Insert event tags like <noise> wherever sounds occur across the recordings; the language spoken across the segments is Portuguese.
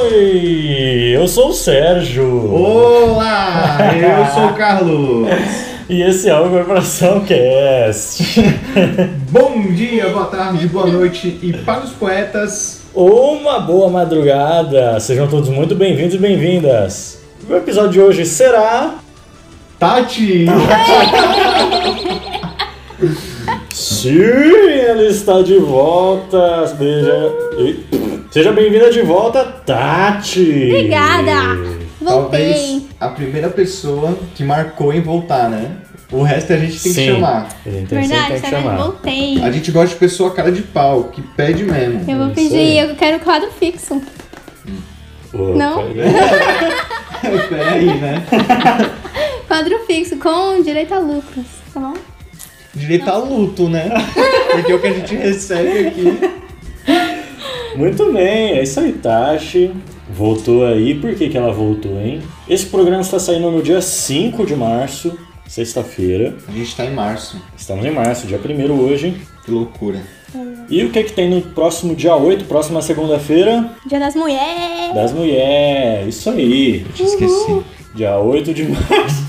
Oi, eu sou o Sérgio. <laughs> Olá, eu sou o Carlos. E esse é o Corporação Cast. Bom dia, boa tarde, boa noite e para os poetas. Uma boa madrugada. Sejam todos muito bem-vindos e bem-vindas. O episódio de hoje será Tati! Sim, ela está de volta. Seja, Ih, seja bem-vinda de volta, Tati. Obrigada. Voltei. Talvez a primeira pessoa que marcou em voltar, né? O resto a gente tem Sim. que chamar. A gente tem sempre Verdade, é tem que tá vendo? chamar. Voltei. A gente gosta de pessoa cara de pau, que pede mesmo. <laughs> Eu vou Isso pedir, aí. eu quero quadro fixo. Opa, Não? né? Peraí, né? Quadro fixo com direito a lucros, tá bom? Direito a luto, né? Porque o que a gente recebe aqui. Muito bem, é isso aí, Tashi. Voltou aí, por que, que ela voltou, hein? Esse programa está saindo no dia 5 de março, sexta-feira. A gente tá em março. Estamos em março, dia 1 hoje. Que loucura. E o que, que tem no próximo dia 8, próxima segunda-feira? Dia das Mulheres. Das Mulheres, isso aí. Eu te esqueci. Dia 8 de março.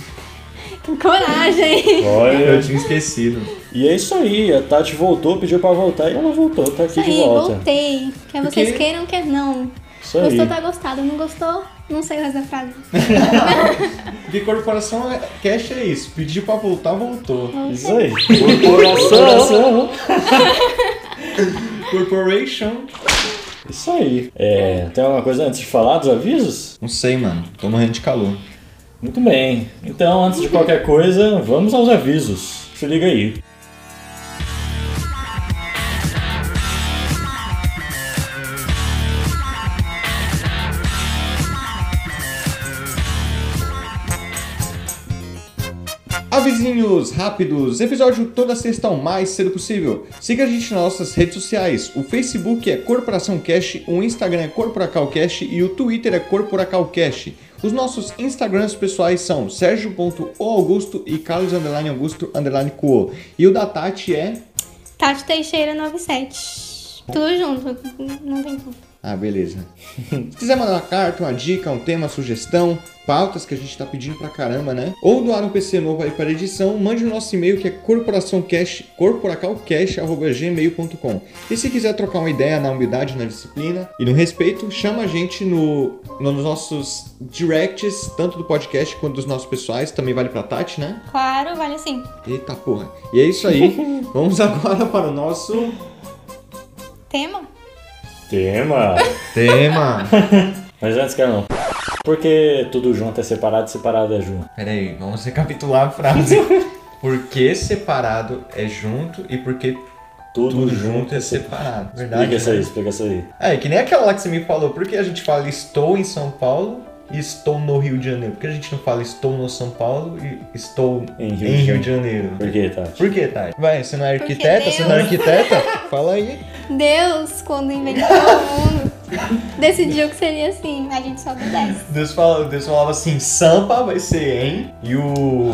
Que coragem. Eu Olha. tinha esquecido. E é isso aí, a Tati voltou, pediu pra voltar e ela voltou, tá aqui Isso de aí, volta. voltei. Quer vocês Porque- queiram, quer não. Isso aí. Gostou, tá gostado. Não gostou, não sei o resto da frase. Porque corporação é- cash é isso. Pediu pra voltar, voltou. Isso aí. <laughs> Corporação. Corporation. Isso aí. É, tem alguma coisa antes de falar dos avisos? Não sei, mano. Tô morrendo de calor. Muito bem. Então, antes de qualquer coisa, vamos aos avisos. Se liga aí. Avisinhos rápidos. Episódio toda sexta o mais cedo possível. Siga a gente nas nossas redes sociais. O Facebook é Corporação Cash, o Instagram é Corporacal Cash e o Twitter é Corporacal Cash. Os nossos Instagrams pessoais são sergio.oaugusto e carlos underline augusto underline Cuo. E o da Tati é... Tati Teixeira 97. Tudo junto. Não tem como. Ah, beleza. Se quiser mandar uma carta, uma dica, um tema, sugestão, pautas que a gente tá pedindo pra caramba, né? Ou doar um PC novo aí para edição, mande o nosso e-mail que é corporaçãocash, corporacalcash.gmail.com. E se quiser trocar uma ideia na humildade, na disciplina e no respeito, chama a gente no, nos nossos directs, tanto do podcast quanto dos nossos pessoais, também vale pra Tati, né? Claro, vale assim. Eita porra. E é isso aí. Vamos agora para o nosso Tema? Tema. tema. Mas antes, Carlão. Por que tudo junto é separado e separado é junto? Peraí, vamos recapitular <laughs> a frase. por que separado é junto e por que Tudo, tudo junto é separado? Explica Verdade. isso aí, explica isso aí. É, que nem aquela lá que você me falou. Por que a gente fala estou em São Paulo e estou no Rio de Janeiro? Por que a gente não fala estou no São Paulo e estou Em em Rio Rio, de de Janeiro? Por tá? que, Tati? Por que, Thay? Vai, você não é Porque arquiteta? Você não é arquiteta? Fala aí. Deus, quando inventou o <laughs> mundo, decidiu que seria assim. A gente só obedece. Deus, fala, Deus falava assim, Sampa vai ser em e o...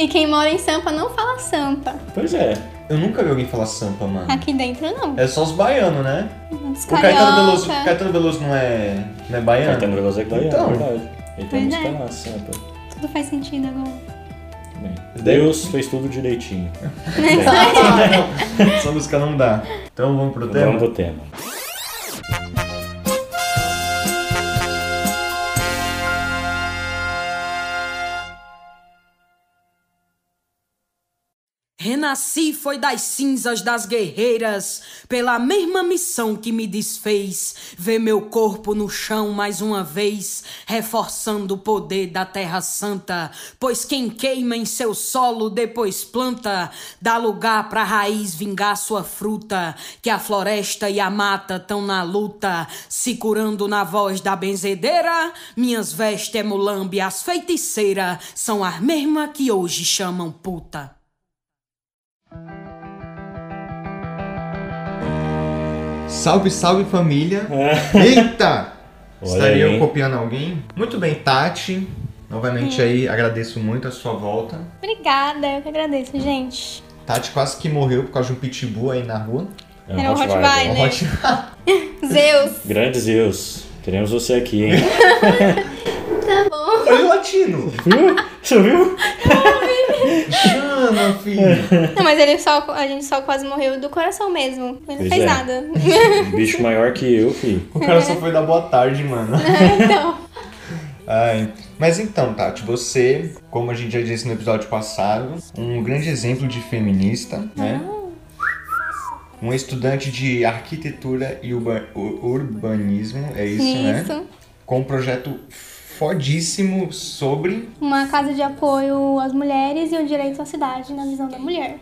E quem mora em Sampa não fala Sampa. Pois é. Eu nunca vi alguém falar Sampa, mano. Aqui dentro não. É só os baianos, né? Os O Caetano Veloso, carioca. Caetano Veloso não é, não é baiano? <laughs> Caetano Veloso é que Então. verdade. Ele tem Pois música é. lá, assim, né, pô. Tudo faz sentido agora. Bem, Deus fez tudo direitinho. É <laughs> Essa música não dá. Então vamos pro tema? Vamos pro tema. Renasci foi das cinzas das guerreiras, pela mesma missão que me desfez, ver meu corpo no chão mais uma vez, reforçando o poder da Terra Santa, pois quem queima em seu solo depois planta, dá lugar pra raiz vingar sua fruta, que a floresta e a mata tão na luta, se curando na voz da benzedeira, minhas vestes é mulambo e as feiticeiras são as mesmas que hoje chamam puta. Salve, salve família! Eita! É. <laughs> Olha Estaria aí, hein? eu copiando alguém? Muito bem, Tati. Novamente aí, agradeço muito a sua volta. <laughs> Obrigada, eu que agradeço, gente. Tati quase que morreu por causa de um pitbull aí na rua. É um Era um é Rottweiler. Rottweiler. Uma Né? hot- Zeus. Grandes Deus. Queremos você aqui, <laughs> hein? Tá bom. Olha o <laughs> latino! viu? Você viu? Jana, filho! Não, mas ele só, a gente só quase morreu do coração mesmo. Pois Ele não é. <laughs> fez nada. Um bicho maior que eu, filho. O cara só foi dar boa tarde, mano. então, Ai. Mas então, Tati, você, como a gente já disse no episódio passado, um grande exemplo de feminista, né? Um estudante de arquitetura e urba- u- urbanismo, é isso, isso. né? Com um projeto fodíssimo sobre. Uma casa de apoio às mulheres e o direito à cidade na visão da mulher.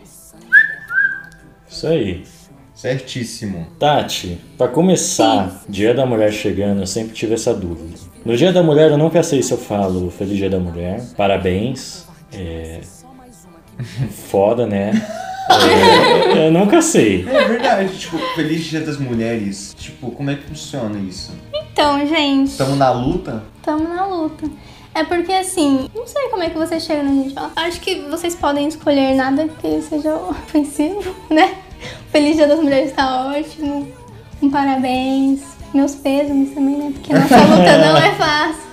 Isso aí. Certíssimo. Tati, pra começar, Dia da Mulher chegando, eu sempre tive essa dúvida. No Dia da Mulher, eu nunca sei se eu falo Feliz Dia da Mulher, parabéns, é... foda, né? É, eu nunca sei. É verdade, <laughs> tipo, Feliz Dia das Mulheres. Tipo, como é que funciona isso? Então, gente. Estamos na luta? Tamo na luta. É porque assim, não sei como é que vocês chegam no gente. Acho que vocês podem escolher nada que seja ofensivo, <laughs> né? Feliz Dia das Mulheres tá ótimo. Um parabéns. Meus pésames também, né? <laughs> Porque nossa luta não é fácil.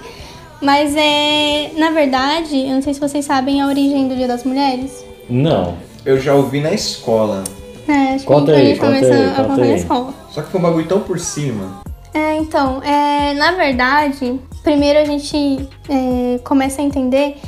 Mas é. Na verdade, eu não sei se vocês sabem a origem do Dia das Mulheres. Não. Eu já ouvi na escola. É, acho Conta que aí, a gente conta começa aí, a conta contar aí. na escola. Só que foi um bagulho tão por cima. É, então, é, na verdade, primeiro a gente é, começa a entender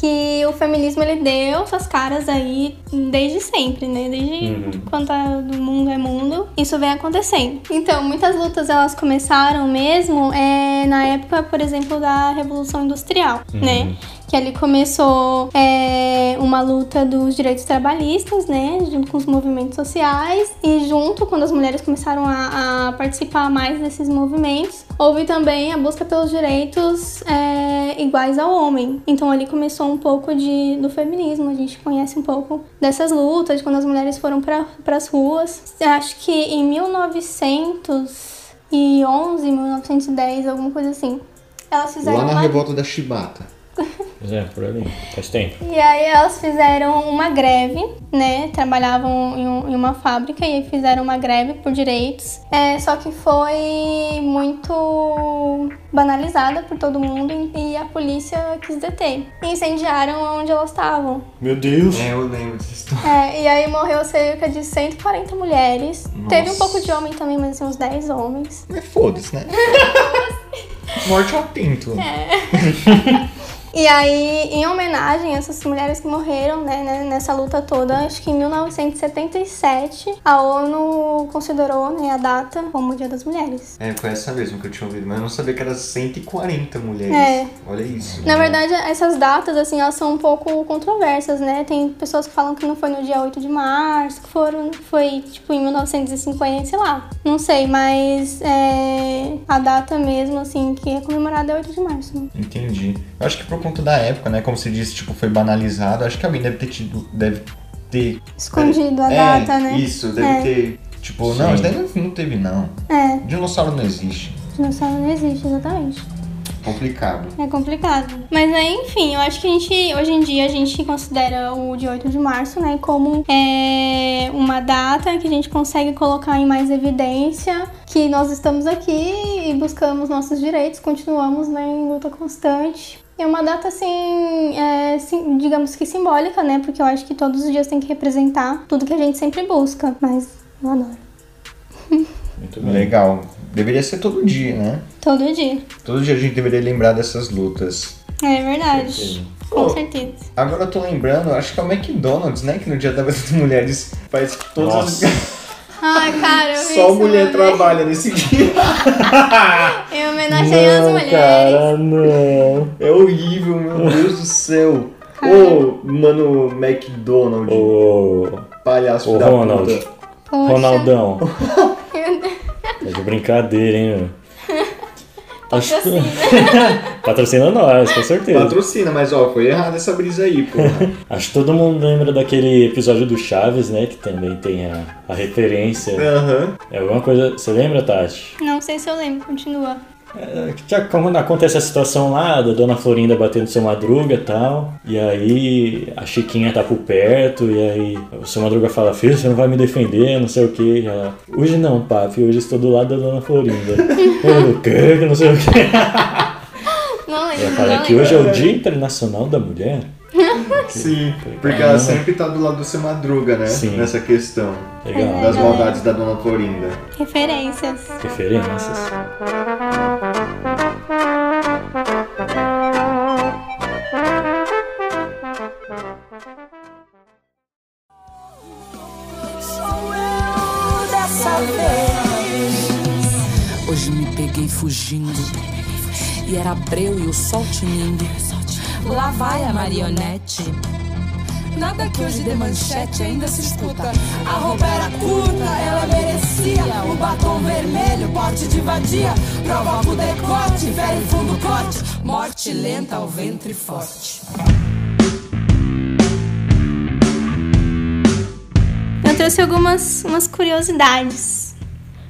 que o feminismo ele deu suas caras aí desde sempre, né? Desde quando tá- do mundo é mundo, isso vem acontecendo. Então, muitas lutas elas começaram mesmo é, na época, por exemplo, da Revolução Industrial, né? Que ali começou é, uma luta dos direitos trabalhistas, né? Junto com os movimentos sociais. E junto, quando as mulheres começaram a, a participar mais desses movimentos, houve também a busca pelos direitos é, iguais ao homem. Então ali começou um pouco de, do feminismo. A gente conhece um pouco dessas lutas, de quando as mulheres foram para as ruas. Eu Acho que em 1911, 1910, alguma coisa assim. Elas fizeram Lá na uma revolta da Chibata. Pois é, por ali. Faz tempo. E aí elas fizeram uma greve, né? Trabalhavam em, um- em uma fábrica e aí fizeram uma greve por direitos. É, só que foi muito banalizada por todo mundo e a polícia quis deter. E incendiaram onde elas estavam. Meu Deus. É, eu lembro dessa história. É, e aí morreu cerca de 140 mulheres. Nossa. Teve um pouco de homem também, mas assim, uns 10 homens. É foda-se, <laughs> né? Morte ao pinto. É. E aí, em homenagem a essas mulheres que morreram né, né, nessa luta toda, acho que em 1977 a ONU considerou né, a data como o Dia das Mulheres. É, foi essa mesmo que eu tinha ouvido, mas eu não sabia que era 140 mulheres. É. Olha isso. Na verdade, essas datas, assim, elas são um pouco controversas, né? Tem pessoas que falam que não foi no dia 8 de março, que foram, foi, tipo, em 1950, sei lá. Não sei, mas é, a data mesmo, assim, que é comemorada é 8 de março. né? Entendi. Eu acho que por conta da época, né? Como você disse, tipo, foi banalizado. Acho que alguém deve ter tido. Deve ter. Escondido a é, data, né? Isso, deve É. ter. Tipo, Sim. não, isso daí não, não teve, não. É, Dinossauro não existe. dinossauro não existe, exatamente. Complicado. É complicado. Mas aí, enfim, eu acho que a gente, hoje em dia, a gente considera o de 8 de março, né, como é, uma data que a gente consegue colocar em mais evidência que nós estamos aqui e buscamos nossos direitos, continuamos né, em luta constante. É uma data, assim, é, sim- digamos que simbólica, né, porque eu acho que todos os dias tem que representar tudo que a gente sempre busca, mas eu adoro. Muito bem. Legal. Deveria ser todo dia, né? Todo dia. Todo dia a gente deveria lembrar dessas lutas. É verdade. Certeza. Com Pô. certeza. Agora eu tô lembrando, acho que é o McDonald's, né? Que no dia das <laughs> mulheres faz todas <laughs> Nossa. as. Ai, cara, eu vi Só isso mulher uma vez. trabalha nesse <laughs> dia. Em homenagem às não, mulheres. cara, não. É horrível, meu Deus do céu. Ô, mano, McDonald's, Ô, palhaço ô, da Ronald. puta. Poxa. Ronaldão. Meu Deus. Tá de brincadeira, hein, meu? Patrocina. <laughs> Patrocina nós, com certeza. Patrocina, mas ó, foi errada essa brisa aí, <laughs> porra. Acho que todo mundo lembra daquele episódio do Chaves, né? Que também tem a, a referência. Aham. É alguma coisa. Você lembra, Tati? Não sei se eu lembro, continua. Já quando acontece a situação lá da Dona Florinda batendo seu Madruga e tal, e aí a Chiquinha tá por perto, e aí o seu Madruga fala: Filho, você não vai me defender, não sei o que. E ela: Hoje não, papi, hoje estou do lado da Dona <laughs> Florinda. Eu, o quê? Que não sei o que. Não lembro. Ela fala não que lembro. hoje é o Dia Internacional da Mulher. Sim, porque ela sempre tá do lado do seu Madruga, né? Sim. Nessa questão É Legal. das maldades da Dona Florinda. Referências. Referências. Sou eu dessa vez. Hoje me peguei fugindo. E era breu e o sol tinindo. Lá vai a marionete. Nada que hoje dê manchete ainda se escuta. A roupa era curta, ela merecia. O batom vermelho, porte de vadia. Prova pro decote, velho fundo corte. Morte lenta ao ventre forte. Eu trouxe algumas umas curiosidades.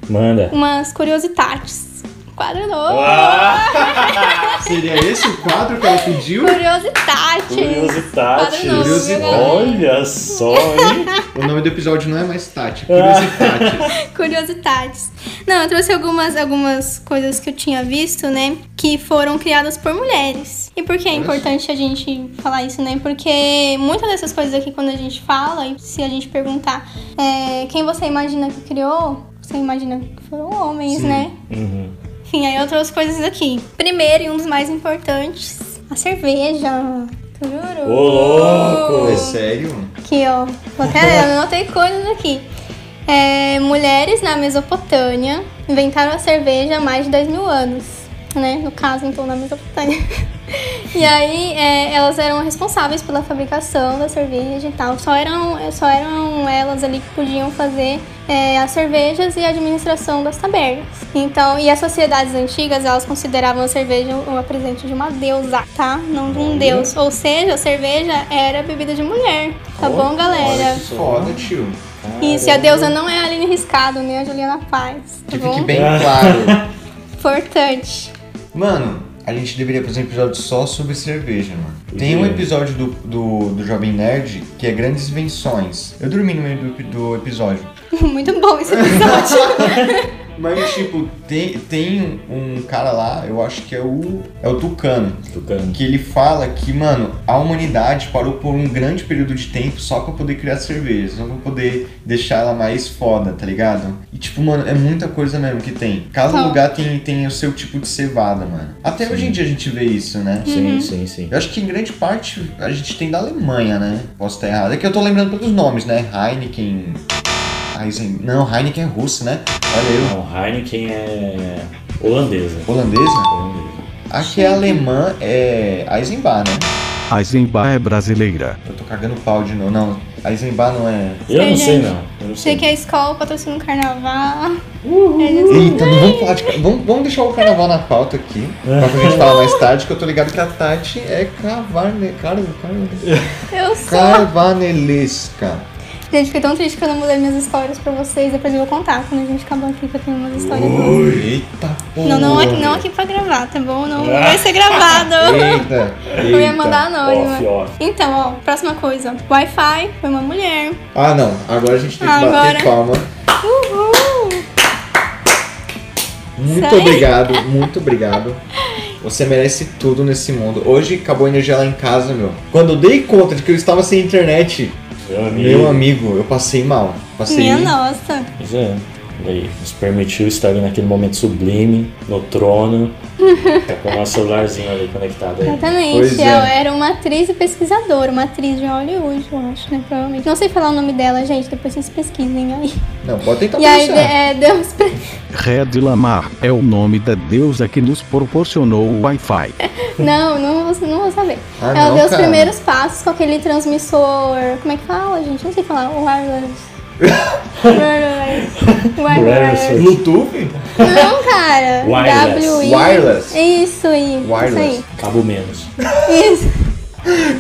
Manda. Umas curiositates. Quadro novo. Ah! Seria esse o quadro que ela pediu? Curiositates. Curiosidade. Quadro novo, Curiosidade. meu galera. Olha só, hein? O nome do episódio não é mais Tati, é Ah. Curiositati. <laughs> Curiosidades. Não, eu trouxe algumas, algumas coisas que eu tinha visto, né? Que foram criadas por mulheres. E por que é Olha só. importante a gente falar isso, né? Porque muitas dessas coisas aqui, quando a gente fala, e se a gente perguntar é, quem você imagina que criou, você imagina que foram homens, Sim. né? Uhum. Enfim, aí eu trouxe coisas aqui. Primeiro, e um dos mais importantes, a cerveja. Tururu. Ô, louco! É sério? Aqui, ó. Vou Até eu anotei coisas aqui. É, mulheres na Mesopotâmia inventaram a cerveja há mais de 10 mil anos. Né? No caso, então, na Mesopotâmia. <laughs> E aí, é, elas eram responsáveis pela fabricação da cerveja e tal. Só eram, só eram elas ali que podiam fazer é, as cervejas e a administração das tabernas. Então, e as sociedades antigas, elas consideravam a cerveja o presente de uma deusa, tá? Não de um deus. Ou seja, a cerveja era bebida de mulher. Tá bom, galera? Que Foda, tio. Isso, e a deusa não é a Aline Riscado, nem a Juliana Paz. Tá Que fique bom? bem <laughs> claro. Importante. <laughs> Mano, a gente deveria fazer um episódio só sobre cerveja, mano. Tem um episódio do, do, do Jovem Nerd que é Grandes Invenções. Eu dormi no meio do, do episódio. Muito bom esse episódio. Mas, tipo, tem, tem um cara lá, eu acho que é o. É o Tucano. Tucano. que ele fala que, mano, a humanidade parou por um grande período de tempo só pra poder criar cerveja, só pra poder deixar ela mais foda, tá ligado? E, tipo, mano, é muita coisa mesmo que tem. Cada Tá. lugar tem, tem o seu tipo de cevada, mano. Até hoje em dia a gente vê isso, né? Sim, Uhum. sim, sim. Eu acho que em grande parte a gente tem da Alemanha, né? Posso estar errado. É que eu tô lembrando pelos nomes, né? Heineken. Eisen... Não, Heineken é russo, né? Olha eu. Não, Heineken é holandesa. Holandesa? Holandesa. A que né? é alemã é Eisenbahn, né? A Zemba é brasileira. Eu tô cagando pau de novo. Não, Eisenbahn não é. Eu não Sei, sei gente. não. Eu não Sei sei. que a escola patrocina o carnaval. Eita, não vamos falar de carnaval. Vamos, vamos deixar o carnaval na pauta aqui. Pra gente falar mais tarde, que eu tô ligado que a Tati é cavarne, car, car, Eu sou. carvanelesca. Gente, fiquei tão triste que eu não mudei minhas histórias pra vocês. Depois eu vou contar quando a gente acabar aqui, que eu tenho umas histórias. Ui, Eita porra. Não, não, aqui, não aqui pra gravar, tá bom? Não, não vai ser gravado. Eita, <laughs> Eu ia Ah. eita. mandar anônima. Off, off. Então, ó, próxima coisa. Wi-Fi foi uma mulher. Ah, não. Agora a gente tem que Agora. bater palma. Uhul! Muito Sério? obrigado, muito obrigado. Você merece tudo nesse mundo. Hoje acabou a energia lá em casa, meu. Quando eu dei conta de que eu estava sem internet, é- Meu amigo. meu amigo, eu passei mal. Passei Minha nossa. Pois é. Ele nos permitiu estar naquele momento sublime, no <laughs> trono, tá com o nosso celularzinho ali conectado aí. Exatamente. Pois é. Ela era uma atriz e pesquisadora, uma atriz de Hollywood, eu acho, né? Provavelmente. Não sei falar o nome dela, gente. Depois vocês pesquisem aí. Não, tá pode tentar e aí, de- pronunciar. é, Deus. Red Lamar é o nome da deusa que nos proporcionou o Wi-Fi. Não, não vou, não vou saber. Ah, ela não, deu os cara. primeiros passos com aquele transmissor. Como é que fala, gente? Não sei falar. <laughs> Wireless. Wireless. Wireless. Wireless. Bluetooth? Não, cara. Wireless. W-I- Wireless. Isso aí. Wireless. Isso Cabo menos. aí. Isso.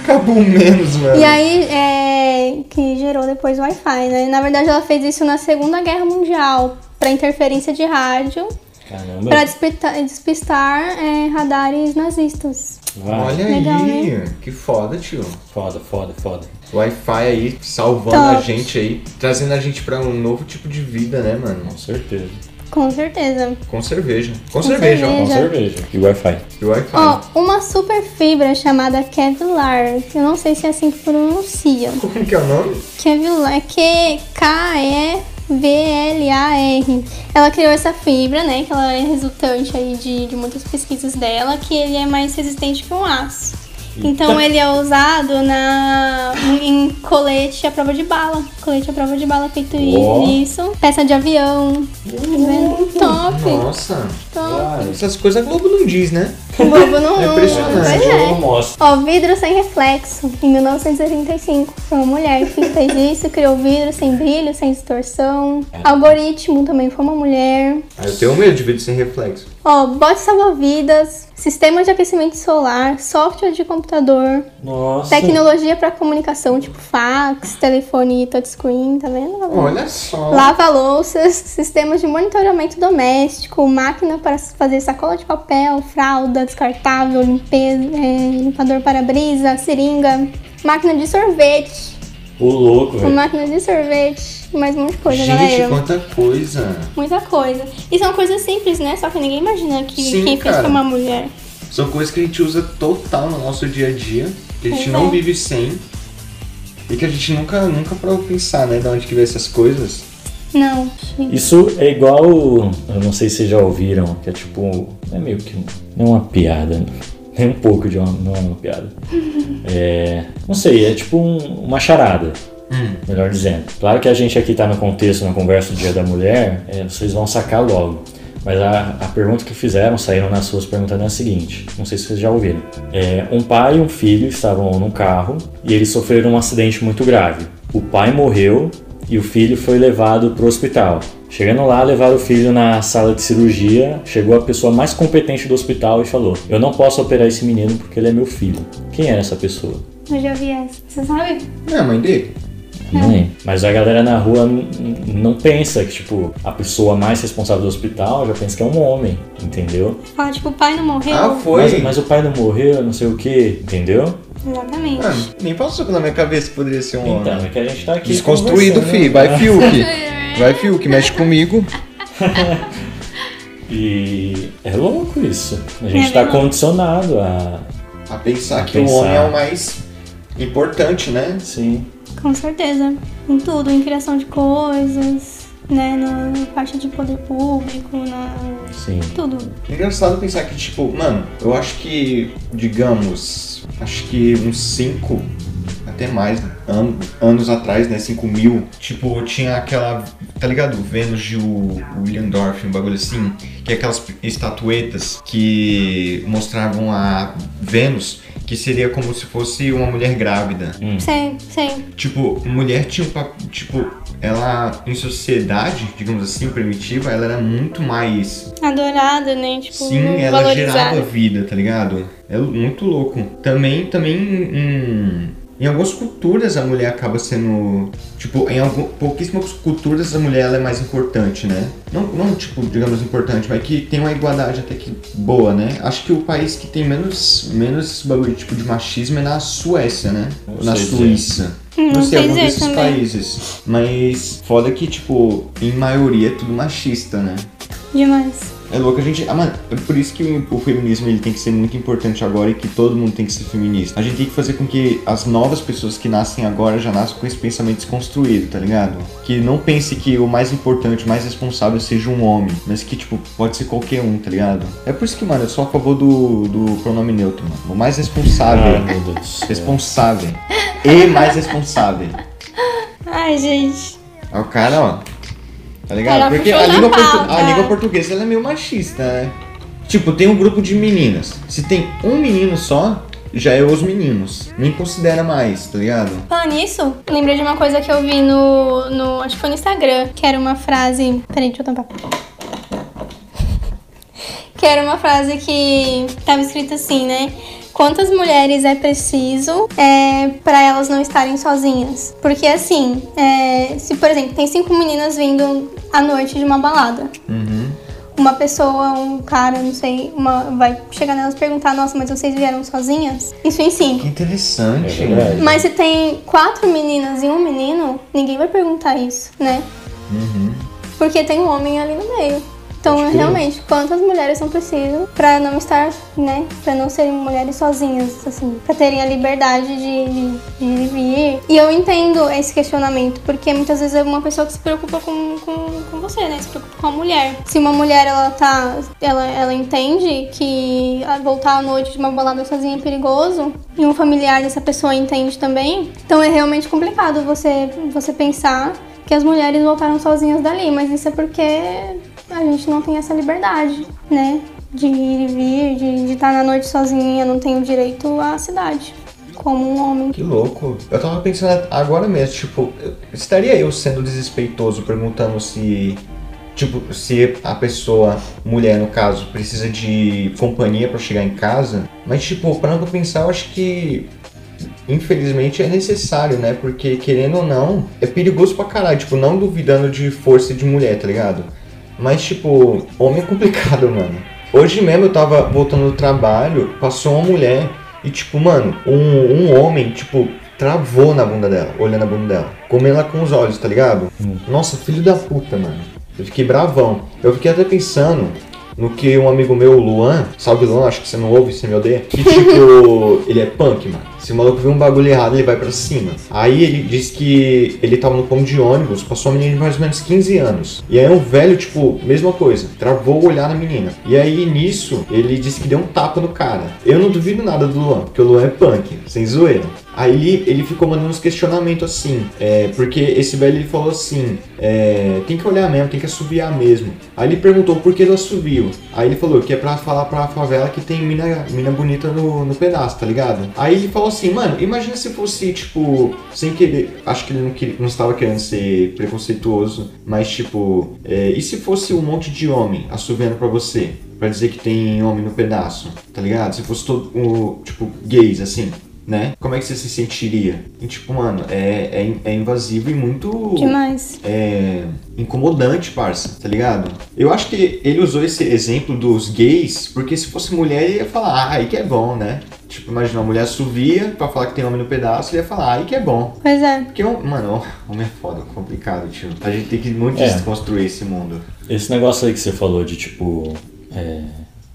Acabou menos, mano. E aí, é, que gerou depois o Wi-Fi, né? Na verdade, ela fez isso na Segunda Guerra Mundial, para interferência de rádio Caramba. Pra despistar, despistar é, radares nazistas. Vai. Olha Legal, né? aí, que foda, tio. Foda, foda, foda. Wi-Fi aí salvando Top. a gente aí, trazendo a gente pra um novo tipo de vida, né, mano? Com certeza. Com certeza. Com cerveja. Com, cerveja, Com cerveja. Já. cerveja. E Wi-Fi. ó. E Wi-Fi. Ó, uma super fibra chamada Kevlar. Eu não sei se é assim que pronuncia. Como que é o nome? Kevlar, é K-E-V-L-A-R. Ela criou essa fibra, né? Que ela é resultante aí de, de muitas pesquisas dela, que ele é mais resistente que um aço. Então ele é usado na, em colete à prova de bala. Colete à prova de bala feito Ó. isso. Peça de avião. Tá vendo? Top! Uhum. Nossa. Top! Ah, Essas coisas a Globo não diz, né? O Globo não É impressionante. Esse Pois jogo não é. mostra. Ó, vidro sem reflexo, em 1985. Foi uma mulher que fez isso, criou vidro sem brilho, sem distorção. Algoritmo também foi uma mulher. Ah, eu tenho medo de vídeo sem reflexo. Ó, bote salva-vidas, sistema de aquecimento solar, software de computador, Nossa. tecnologia para comunicação, tipo fax, telefone e touchscreen, tá vendo? Olha só. Lava-louças, sistemas de monitoramento doméstico, máquina para fazer sacola de papel, fralda descartável, limpeza, é, limpador para brisa, seringa, máquina de sorvete, O louco, velho. máquina de sorvete, mais um monte de coisa, É. Gente, galera. quanta coisa. Muita coisa. E são coisas simples, né? Só que ninguém imagina que Sim, quem fez cara. foi uma mulher. São coisas que a gente usa total no nosso dia a dia, que a gente Pois não é. vive sem. E que a gente nunca, nunca parou pra pensar, né? De onde que vem essas coisas. Não, gente. Isso é igual. Eu não sei se vocês já ouviram, que é tipo. É meio que. Não é uma piada. <laughs> né? Nem um pouco de uma. Não é uma piada. É. Não sei, é tipo um- uma charada. Melhor dizendo. Claro que a gente aqui tá no contexto, na conversa do Dia da Mulher, é, vocês vão sacar logo. Mas a, a pergunta que fizeram, saíram nas suas perguntando é a seguinte: não sei se vocês já ouviram. É, um pai e um filho estavam num carro e eles sofreram um acidente muito grave. O pai morreu e o filho foi levado para o hospital. Chegando lá, levaram o filho na sala de cirurgia. Chegou a pessoa mais competente do hospital e falou: Eu não posso operar esse menino porque ele é meu filho. Quem era essa pessoa? Eu já vi essa. Você sabe? Não é a mãe dele? Mãe. é. Mas a galera na rua n- n- não pensa que, tipo, a pessoa mais responsável do hospital já pensa que é um homem, entendeu? Fala, tipo, o pai não morreu. Ah, foi. Mas, mas o pai não morreu, não sei o que, entendeu? Exatamente. Mano, nem passou pela minha cabeça que poderia ser um Então, homem. é que a gente tá aqui. Desconstruído, conversando, né? fi. Vai, Fiuk. Vai, Fiuk, mexe comigo. E é louco isso. A É gente tá verdade. condicionado a. A pensar A que pensar. o homem é o mais importante, né? Sim. Com certeza. Em tudo, em criação de coisas, né? Na parte de poder público, na. Sim. Tudo. Engraçado pensar que, tipo, mano, eu acho que, digamos, acho que uns 5, até mais, an- anos atrás, né? 5 mil, tipo, tinha aquela, tá ligado? Vênus de o Willendorf, um bagulho assim, que é aquelas estatuetas que mostravam a Vênus, que seria como se fosse uma mulher grávida. Sei, sei. Tipo, mulher tinha um papo. Tipo, ela, em sociedade, digamos assim, primitiva, ela era muito mais Adorada, né? Tipo, Sim, ela é gerava valorizada. vida, tá ligado? É muito louco. Também, também em, em algumas culturas a mulher acaba sendo. Tipo, em algum, pouquíssimas culturas a mulher ela é mais importante, né? Não, não, tipo, digamos importante, mas que tem uma igualdade até que boa, né? Acho que o país que tem menos, menos esse bagulho tipo, de machismo é na Suécia, né? Não na sei dizer. Suíça. Hum, Não sei, sei algum dizer desses também. países. Mas foda que, tipo, em maioria é tudo machista, né? Demais. É louco, a gente. Ah, mano, é por isso que o, o feminismo ele tem que ser muito importante agora e que todo mundo tem que ser feminista. A gente tem que fazer com que as novas pessoas que nascem agora já nasçam com esse pensamento desconstruído, tá ligado? Que não pense que o mais importante, o mais responsável seja um homem, mas que, tipo, pode ser qualquer um, tá ligado? É por isso que, mano, eu sou a favor do, do pronome neutro, mano. O mais Ah, responsável. meu Deus do céu. responsável. E mais responsável. Ai, gente. É o cara, ó. Tá ligado? Ela Porque puxou a na língua, portu- pauta. a língua portuguesa ela é meio machista, né? Tipo, tem um grupo de meninas. Se tem um menino só, já é os meninos. Nem considera mais, tá ligado? Falando nisso, lembrei de uma coisa que eu vi no, no. Acho que foi no Instagram, que era uma frase. Peraí, deixa eu tampar. <laughs> Que era uma frase que tava escrita assim, né? Quantas mulheres é preciso é, para elas não estarem sozinhas? Porque assim, Uhum. é, se por exemplo, tem cinco meninas vindo à noite de uma balada. uma pessoa, um cara, não sei, uma, vai chegar nelas e perguntar, nossa, mas vocês vieram sozinhas? Isso em Que si. interessante. É verdade. Mas se tem quatro meninas e um menino, ninguém vai perguntar isso, né? Porque tem um homem ali no meio. Então, Pode crer. realmente, quantas mulheres não precisam pra não estar, né? Pra não serem mulheres sozinhas, assim. Pra terem a liberdade de, de, de ir e vir. E eu entendo esse questionamento, porque muitas vezes é uma pessoa que se preocupa com, com, com você, né? Se preocupa com a mulher. Se uma mulher, ela tá. Ela, ela entende que ah, voltar à noite de uma balada sozinha é perigoso, e um familiar dessa pessoa entende também. Então, é realmente complicado você, você pensar que as mulheres voltaram sozinhas dali, mas isso é porque a gente não tem essa liberdade, né? De ir e vir, de, de estar na noite sozinha, não tem o direito à cidade, como um homem. Que louco. Eu tava pensando agora mesmo, tipo, eu- estaria eu sendo desrespeitoso perguntando se. Tipo, se a pessoa, mulher no caso, precisa de companhia pra chegar em casa. Mas, tipo, parando pra pensar, eu acho que. Infelizmente é necessário, né? Porque, querendo ou não, é perigoso pra caralho. Tipo, não duvidando de força de mulher, tá ligado? Mas, tipo, homem é complicado, mano. Hoje mesmo eu tava voltando do trabalho, passou uma mulher e, tipo, mano, um, um homem, tipo, travou na bunda dela, olhando a bunda dela. Comendo ela com os olhos, tá ligado? Nossa, filho da puta, mano. Eu fiquei bravão. Eu fiquei até pensando no que um amigo meu, o Luan, salve Luan, acho que você não ouve, você me odeia, que tipo, <laughs> ele é punk, mano. Se o maluco vê um bagulho errado, ele vai pra cima. Aí ele disse que ele tava no ponto de ônibus, passou uma menina de mais ou menos 15 anos. E aí um velho, tipo, mesma coisa, travou o olhar na menina. E aí nisso, ele disse que deu um tapa no cara. Eu não duvido nada do Luan, porque o Luan é punk, sem zoeira. Aí ele ficou mandando uns questionamentos assim, é, porque esse velho ele falou assim, é, tem que olhar mesmo, tem que assoviar mesmo. Aí ele perguntou por que do assovio. Aí ele falou que é pra falar pra favela que tem mina, mina bonita no, no pedaço, tá ligado? Aí ele falou assim, mano, imagina se fosse, tipo, sem querer, acho que ele não, queria, não estava querendo ser preconceituoso, mas tipo, é, e se fosse um monte de homem assoviando pra você? Pra dizer que tem homem no pedaço, tá ligado? Se fosse todo, o, tipo, gays, assim, né? Como é que você se sentiria? E, tipo, mano, é, é, in- é invasivo e muito Demais. é, incomodante, parça, tá ligado? Eu acho que ele usou esse exemplo dos gays, porque se fosse mulher ele ia falar, ah, aí que é bom, né? Tipo, imagina, uma mulher subia pra falar que tem homem no pedaço, ele ia falar, ah, aí que é bom. Pois é. Porque, mano, <laughs> homem é foda, complicado, tio. A gente tem que muito É. desconstruir esse mundo. Esse negócio aí que você falou de tipo. é,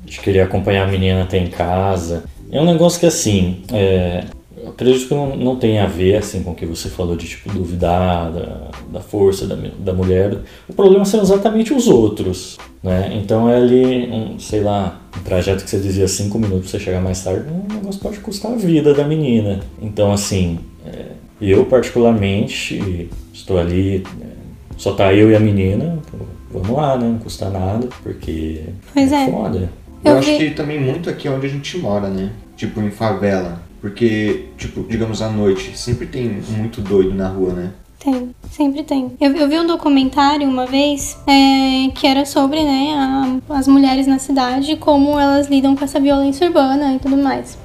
de querer acompanhar a menina até em casa. É um negócio que assim. É, eu acredito que não, não tem a ver assim, com o que você falou de tipo duvidar da, da força da, me- da mulher. O problema são exatamente os outros. Né? Então é ali, um, sei lá, um trajeto que você dizia cinco minutos pra você chegar mais tarde, um negócio pode custar a vida da menina. Então assim, é, eu particularmente estou ali. é, só tá eu e a menina, pô, vamos lá, né? Não custa nada, porque Pois é. foda. Eu, Eu acho vi- que também muito aqui é onde a gente mora, né? Tipo, em favela. Porque, tipo, digamos à noite, sempre tem muito doido na rua, né? Tem, sempre tem. Eu, eu vi um documentário uma vez é, que era sobre né, a- as mulheres na cidade, como elas lidam com essa violência urbana e tudo mais.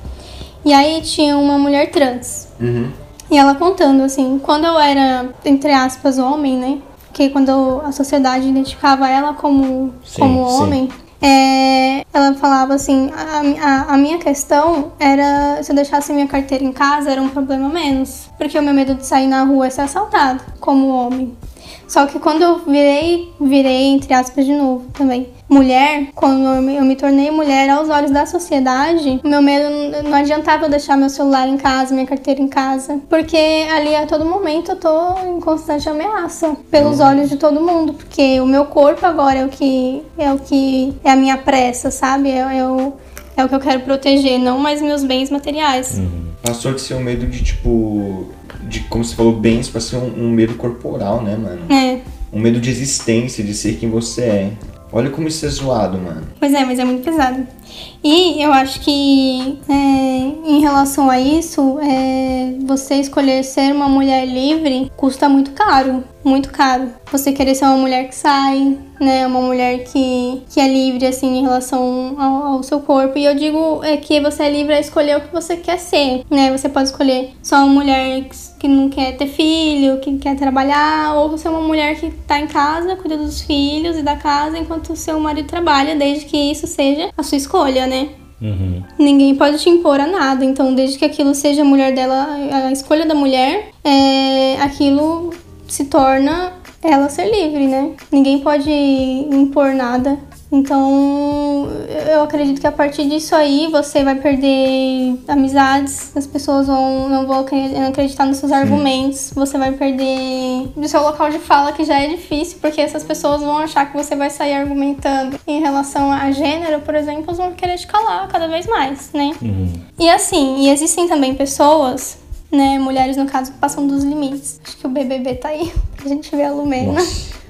E aí tinha uma mulher trans. Uhum. E ela contando, assim, quando eu era, entre aspas, homem, né? Porque quando a sociedade identificava ela como, Sim, como sim. homem, é, ela falava assim: a, a- a minha questão era se eu deixasse minha carteira em casa era um problema menos. Porque o meu medo de sair na rua é ser assaltado como homem. Só que quando eu virei, virei, entre aspas, de novo também, mulher, quando eu me, eu me tornei mulher aos olhos da sociedade, o meu medo n- não adiantava eu deixar meu celular em casa, minha carteira em casa, porque ali a todo momento eu tô em constante ameaça pelos olhos de todo mundo, porque o meu corpo agora é o que é o que é a minha pressa, sabe? É, é o, é o que eu quero proteger, não mais meus bens materiais. Passou de ser um medo de tipo. De, como você falou, bens pra ser um, um medo corporal, né, mano? É. Um medo de existência, de ser quem você é. Olha como isso é zoado, mano. Pois é, mas é muito pesado. E eu acho que é, em relação a isso, é, você escolher ser uma mulher livre custa muito caro. Muito caro. Você querer ser uma mulher que sai, né? Uma mulher que, que é livre, assim, em relação ao, ao seu corpo. E eu digo é, que você é livre a escolher o que você quer ser, né? Você pode escolher só uma mulher que que não quer ter filho, que quer trabalhar, ou você é uma mulher que tá em casa, cuida dos filhos e da casa enquanto o seu marido trabalha, desde que isso seja a sua escolha, né? Uhum. Ninguém pode te impor a nada, então desde que aquilo seja a mulher dela, a escolha da mulher, é, aquilo se torna ela ser livre, né? Ninguém pode impor nada. Então, eu acredito que a partir disso aí você vai perder amizades, as pessoas vão não vão acre- acreditar nos seus argumentos, você vai perder do seu local de fala que já é difícil, porque essas pessoas vão achar que você vai sair argumentando em relação a gênero, por exemplo, elas vão querer te calar cada vez mais, né? E assim, e existem também pessoas, né, mulheres no caso, que passam dos limites. Acho que o BBB tá aí, <laughs> a gente vê a Lumena. Nossa.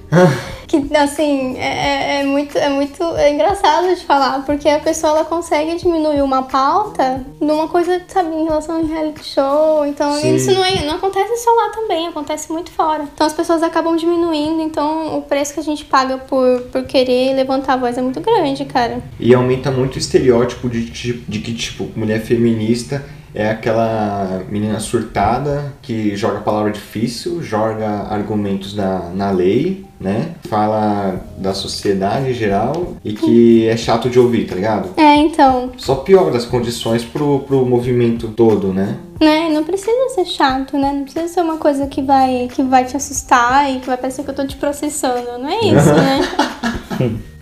Que, assim, é, é- é muito, é muito é engraçado de falar, porque a pessoa ela consegue diminuir uma pauta numa coisa, sabe, em relação ao reality show. Então, Sim. isso não, é- não acontece só lá também, acontece muito fora. Então, as pessoas acabam diminuindo, então o preço que a gente paga por, por querer levantar a voz é muito grande, cara. E aumenta muito o estereótipo de, ti- de que, tipo, mulher feminista é aquela menina surtada que joga palavra difícil, joga argumentos na, na lei, né? Fala da sociedade em geral e que é chato de ouvir, tá ligado? É, então, Só piora as condições pro, pro movimento todo, né? né? Não precisa ser chato, né? Não precisa ser uma coisa que vai, que vai te assustar e que vai parecer que eu tô te processando. Não é isso, né?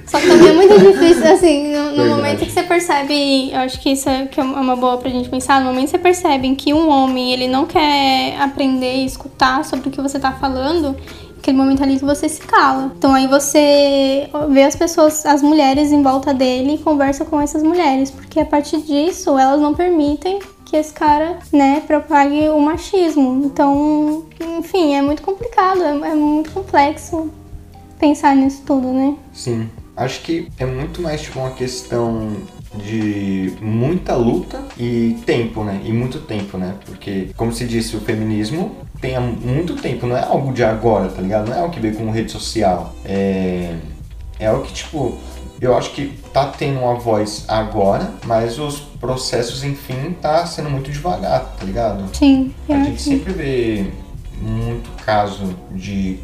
Só que também é muito difícil, assim, no, no Verdade. momento que você percebe, eu acho que isso é, que é uma boa pra gente pensar, no momento que você percebe em que um homem, ele não quer aprender e escutar sobre o que você tá falando, aquele momento ali que você se cala. Então aí você vê as pessoas, as mulheres em volta dele e conversa com essas mulheres, porque a partir disso, elas não permitem que esse cara, né, propague o machismo. Então, enfim, é muito complicado, é- é muito complexo pensar nisso tudo, né? Sim. Acho que é muito mais tipo uma questão de muita luta e tempo, né? E muito tempo, né? Porque, como se disse, o feminismo tem há muito tempo, não é algo de agora, tá ligado? Não é algo que veio com rede social. É. É algo que, tipo, eu acho que tá tendo uma voz agora, mas os processos, enfim, tá sendo muito devagar, tá ligado? É, Sim, A pior gente que- sempre vê muito caso de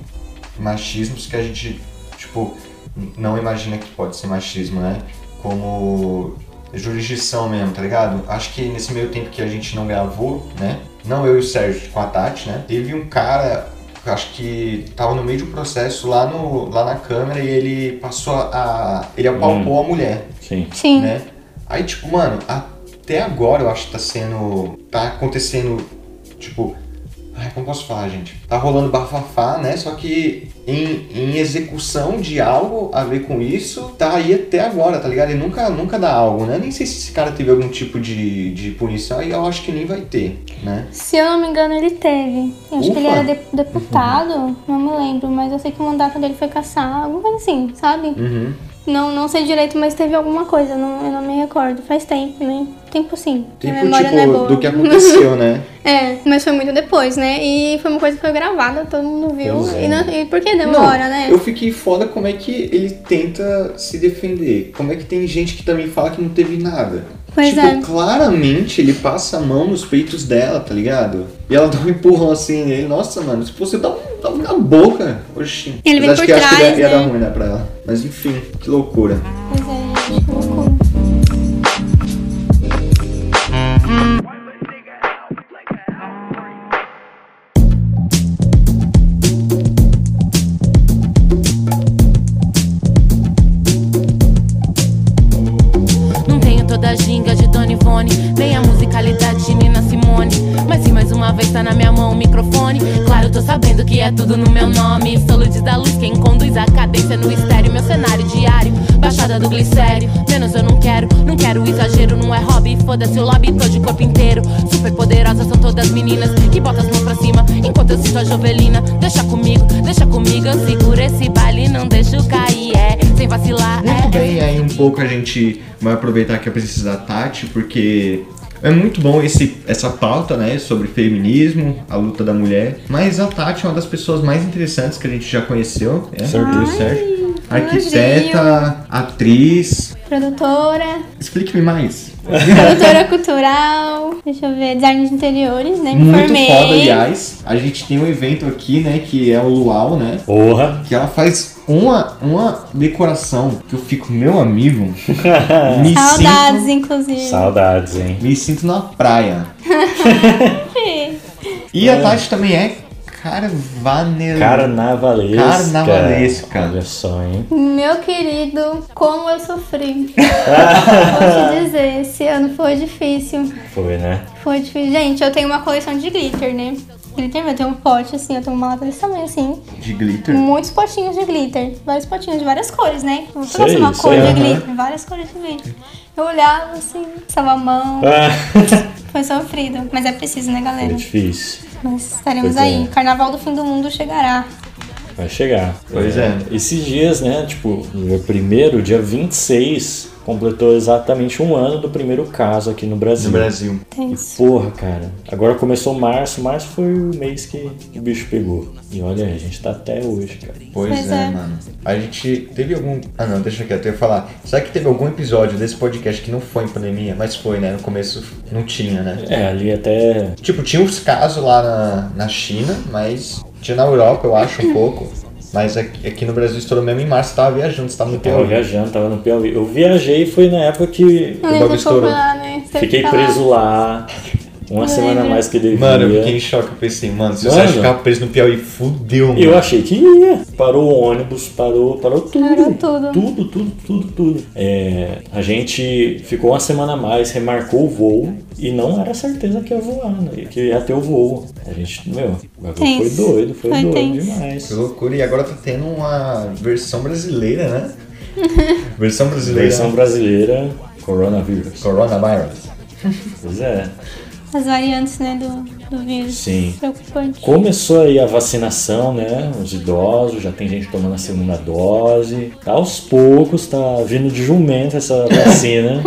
machismos que a gente, tipo, não imagina que pode ser machismo, né? Como jurisdição mesmo, tá ligado? Acho que nesse meio tempo que a gente não gravou, né? Não eu e o Sérgio, com a Tati, né? Teve um cara, acho que tava no meio de um processo lá, no, lá na câmera e ele passou a... a- ele apalpou a mulher Sim. Sim, né? Aí, tipo, mano, até agora eu acho que tá sendo. tá acontecendo, tipo. Ai, como posso falar, gente? Tá rolando bafafá, né? Só que em, em execução de algo a ver com isso, tá aí até agora, tá ligado? E nunca, nunca dá algo, né? Nem sei se esse cara teve algum tipo de, de punição, e eu acho que nem vai ter, né? se eu não me engano, ele teve. Eu acho que ele Ufa. era de- deputado, não me lembro, mas eu sei que o mandato dele foi caçar, alguma coisa assim, sabe? Uhum. Não, não sei direito, mas teve alguma coisa, não, eu não me recordo. Faz tempo, né? Tempo sim. a Tipo, memória não é tipo, boa. do que aconteceu, <laughs> né? É, mas foi muito depois, né? E foi uma coisa que foi gravada, todo mundo viu. Pois é. E, não- e por que demora, Não, né? Eu fiquei foda como é que ele tenta se defender. Como é que tem gente que também fala que não teve nada. Pois tipo, é. claramente ele passa a mão nos peitos dela, tá ligado? E ela dá um empurrão assim nele. Nossa, mano, se você dá um, dá um na boca. Oxi. Ele vem Mas acho por que acho que trás, ia, ia dar né? ruim, né, pra ela. Mas enfim, que loucura. Pois é, gente, que loucura. Não tenho toda a ginga de Dona Ivone, nem a musicalidade de Nina Simone. Mas se mais uma vez tá na minha mão o microfone, claro, tô sabendo que é tudo no meu nome. Soludes da luz, quem conduz a cadência no estéreo, meu cenário diário, baixada do glicério. Menos eu não quero, não quero exagero, não é hobby, foda-se o lobby, tô de corpo inteiro. Super poderosas são todas meninas que botam as mãos pra cima, enquanto eu sinto a jovelina. Deixa comigo, deixa comigo, eu seguro esse baile, não deixo cair. é, sem vacilar, Muito é. bem, aí um pouco a gente vai aproveitar aqui a presença da Tati, porque é muito bom esse, essa pauta, né, sobre feminismo, a luta da mulher. Mas a Tati é uma das pessoas mais interessantes que a gente já conheceu, é, Certo. tudo certo. Arquiteta, atriz. <laughs> Produtora, Explique-me mais. produtora cultural, deixa eu ver, design de interiores, né? Me Muito formei. foda, aliás. A gente tem um evento aqui, né, que é o Luau, né? Porra! Que ela faz uma, uma decoração que eu fico, meu amigo, me Saudades, sinto, inclusive. Saudades, hein? me sinto na praia. Sim. E Hum. a Tati também é carvaneira. Carnavalesca. Carnavalesca. Olha só, hein? Meu querido, como <laughs> eu sofri. Vou te dizer, esse ano foi difícil. Foi, né? Foi difícil. Gente, eu tenho uma coleção de glitter, né? Glitter, eu tenho um pote assim, eu tenho uma lata desse tamanho assim. de glitter. Muitos potinhos de glitter. Vários potinhos de várias cores, né? Não trouxe Sei, uma sei, cor de aham. glitter, várias cores de glitter. Eu olhava assim, passava a mão, Ah, foi sofrido. Mas é preciso, né, foi <laughs> galera? difícil. Mas estaremos Pois é. aí. Carnaval do fim do mundo chegará. Vai chegar. Pois é. Esses dias, né? Tipo, o primeiro, dia 26, completou exatamente um ano do primeiro caso aqui no Brasil. No Brasil. Tenso. Porra, cara. Agora começou março. Março foi o mês que o bicho pegou. E olha, a gente tá até hoje, cara. Pois, Pois é, é. mano. A gente teve algum. Ah, não, deixa quieto, eu ia falar. Será que teve algum episódio desse podcast que não foi em pandemia? Mas foi, né? No começo não tinha, né? É, ali até. Tipo, tinha uns casos lá na, na China, mas. Tinha na Europa, eu acho, um pouco. Mas aqui, aqui no Brasil estourou mesmo em março. Você tava viajando, você tava no Tava Piauí. viajando, tava no Piauí. Eu viajei foi na época que Não O bagulho lembro como estourou. lá, né? Você fiquei fica lá. preso lá. Uma semana a mais que devia. Mano, eu fiquei em choque. Eu pensei, mano, se você né? Mano. ficar preso no Piauí, fudeu, mano. Eu achei que ia. Parou o ônibus, parou, parou tudo. Parou tudo. Tudo, tudo, tudo, tudo. É, a gente ficou uma semana a mais, remarcou o voo e não era certeza que ia voar, né? Que ia ter o voo. A gente, meu, o bagulho foi Tenso. doido, foi, Foi doido tenso. demais. Que loucura, e agora tá tendo uma versão brasileira, né? <laughs> versão brasileira. Versão brasileira, coronavírus. Coronavirus. Pois é. As variantes, né, do, do vírus. Sim. Preocupante. Começou aí a vacinação, né? Os idosos, já tem gente tomando a segunda dose. Tá aos poucos, tá vindo de jumento essa <laughs> vacina.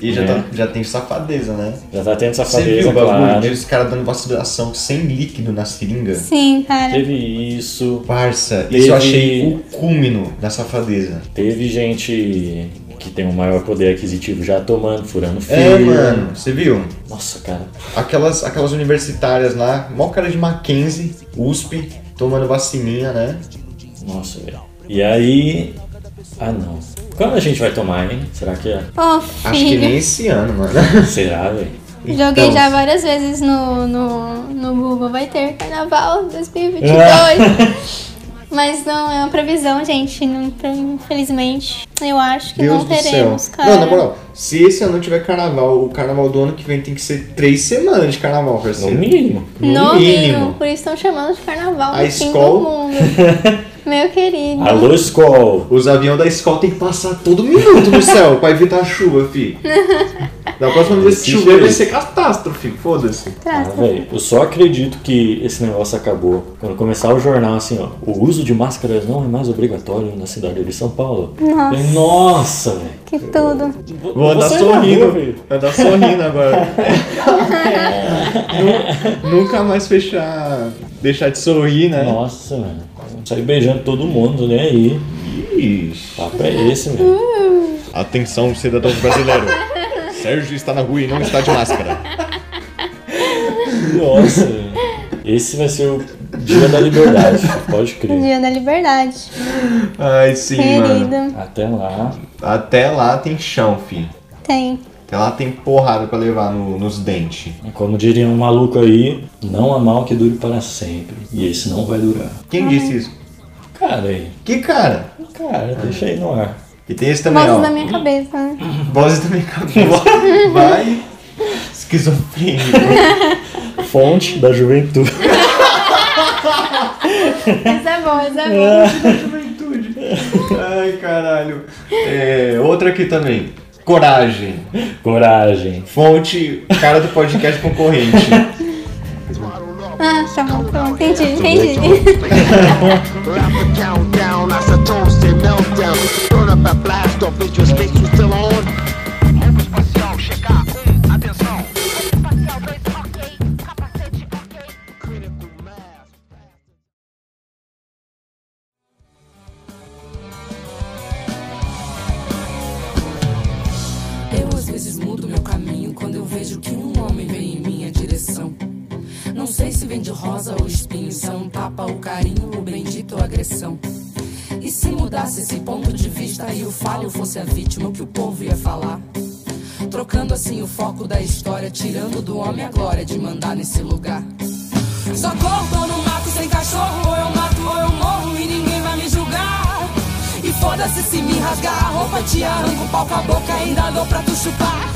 E já, É. tá- já tem safadeza, né? já tá tendo Você viu safadeza, o bagulho? claro. Meio Os caras dando vacilação sem líquido na seringa. Sim, cara. Teve isso, Parça, isso Teve- eu achei o cúmino da safadeza. teve gente que tem um maior poder aquisitivo já tomando, furando fila. É, mano, você viu? Nossa, cara. Aquelas, aquelas universitárias lá, mó cara de Mackenzie, USP, tomando vacininha, né? Nossa, velho. E aí. Ah, não. Quando a gente vai tomar, hein? Será que é? Ô, Acho que filho. nem esse ano, mano. Será, velho? <laughs> Joguei Então, já várias vezes no, no, no Google. Vai ter <laughs> carnaval 2022. Mas não, é uma previsão, gente. Não tem- infelizmente, eu acho que Deus não do teremos, céu. cara. Não, na moral, se esse ano tiver carnaval, o carnaval do ano que vem tem que ser três semanas de carnaval, No parceiro. mínimo. No no mínimo. mínimo. Por isso estão chamando de carnaval A do fim escola- do <laughs> mundo. Meu querido. Alô, Skol! Os aviões da escola tem que passar todo minuto no céu pra evitar a chuva, <laughs> fi. Da próxima vez que Isso chover aí. vai ser catástrofe, foda-se. Ah, Traça. velho, eu só acredito que esse negócio acabou quando começar o jornal assim, ó. O uso de máscaras não é mais obrigatório na cidade de São Paulo. Nossa. Falei, Nossa, velho. que tudo. Vou andar sair é na sorrindo, rua, velho. vou andar sorrindo agora. <laughs> Nu- Nunca mais fechar, deixar de sorrir, né? Nossa, mano. Sair beijando todo mundo, né? Aí. Ixi. Papo é esse, velho. Atenção, cidadão <laughs> brasileiro. Sérgio está na rua e não está de máscara. Nossa, velho. Esse vai ser o dia da liberdade. Pode crer. Dia da Liberdade. Ai, sim, mano. Querido. Até lá. Até lá tem chão, fi. Tem. Até lá tem porrada pra levar no- nos dentes. Como diria um maluco aí, não há mal que dure para sempre. E esse não vai durar. Uhum. Quem disse isso? Cara aí. Que cara? Cara, deixa aí no ar. E tem esse também, Vozes ó. na minha cabeça, né? Vozes da minha <laughs> cabeça. Vai. Esquizofrênico. Fonte da juventude. Mas é bom, mas é bom. Juventude. Ai, caralho. É, outra aqui também. Coragem. Coragem. Fonte, cara do podcast concorrente. Ah, tá bom, tá bom. Entendi, entendi. Well, I'm the countdown, I said toast and meltdown. Burn up a blast off, is your station still on? Roupa espacial, checar. Um, atenção. Espacial 2, ok. Capacete, ok. Critical mass. Eu às vezes mudo meu caminho quando eu vejo que um homem vem em minha direção. Não sei se vem de rosa ou espinho, se é um tapa ou carinho ou bendito ou agressão. E se mudasse esse ponto de vista e o falho fosse a vítima, o que o povo ia falar? Trocando assim o foco da história, tirando do homem a glória de mandar nesse lugar. Só corpo ou não mato sem cachorro, ou eu mato ou eu morro e ninguém vai me julgar. E foda-se se me rasgar a roupa, te arranco o pau com a boca, ainda dou pra tu chupar.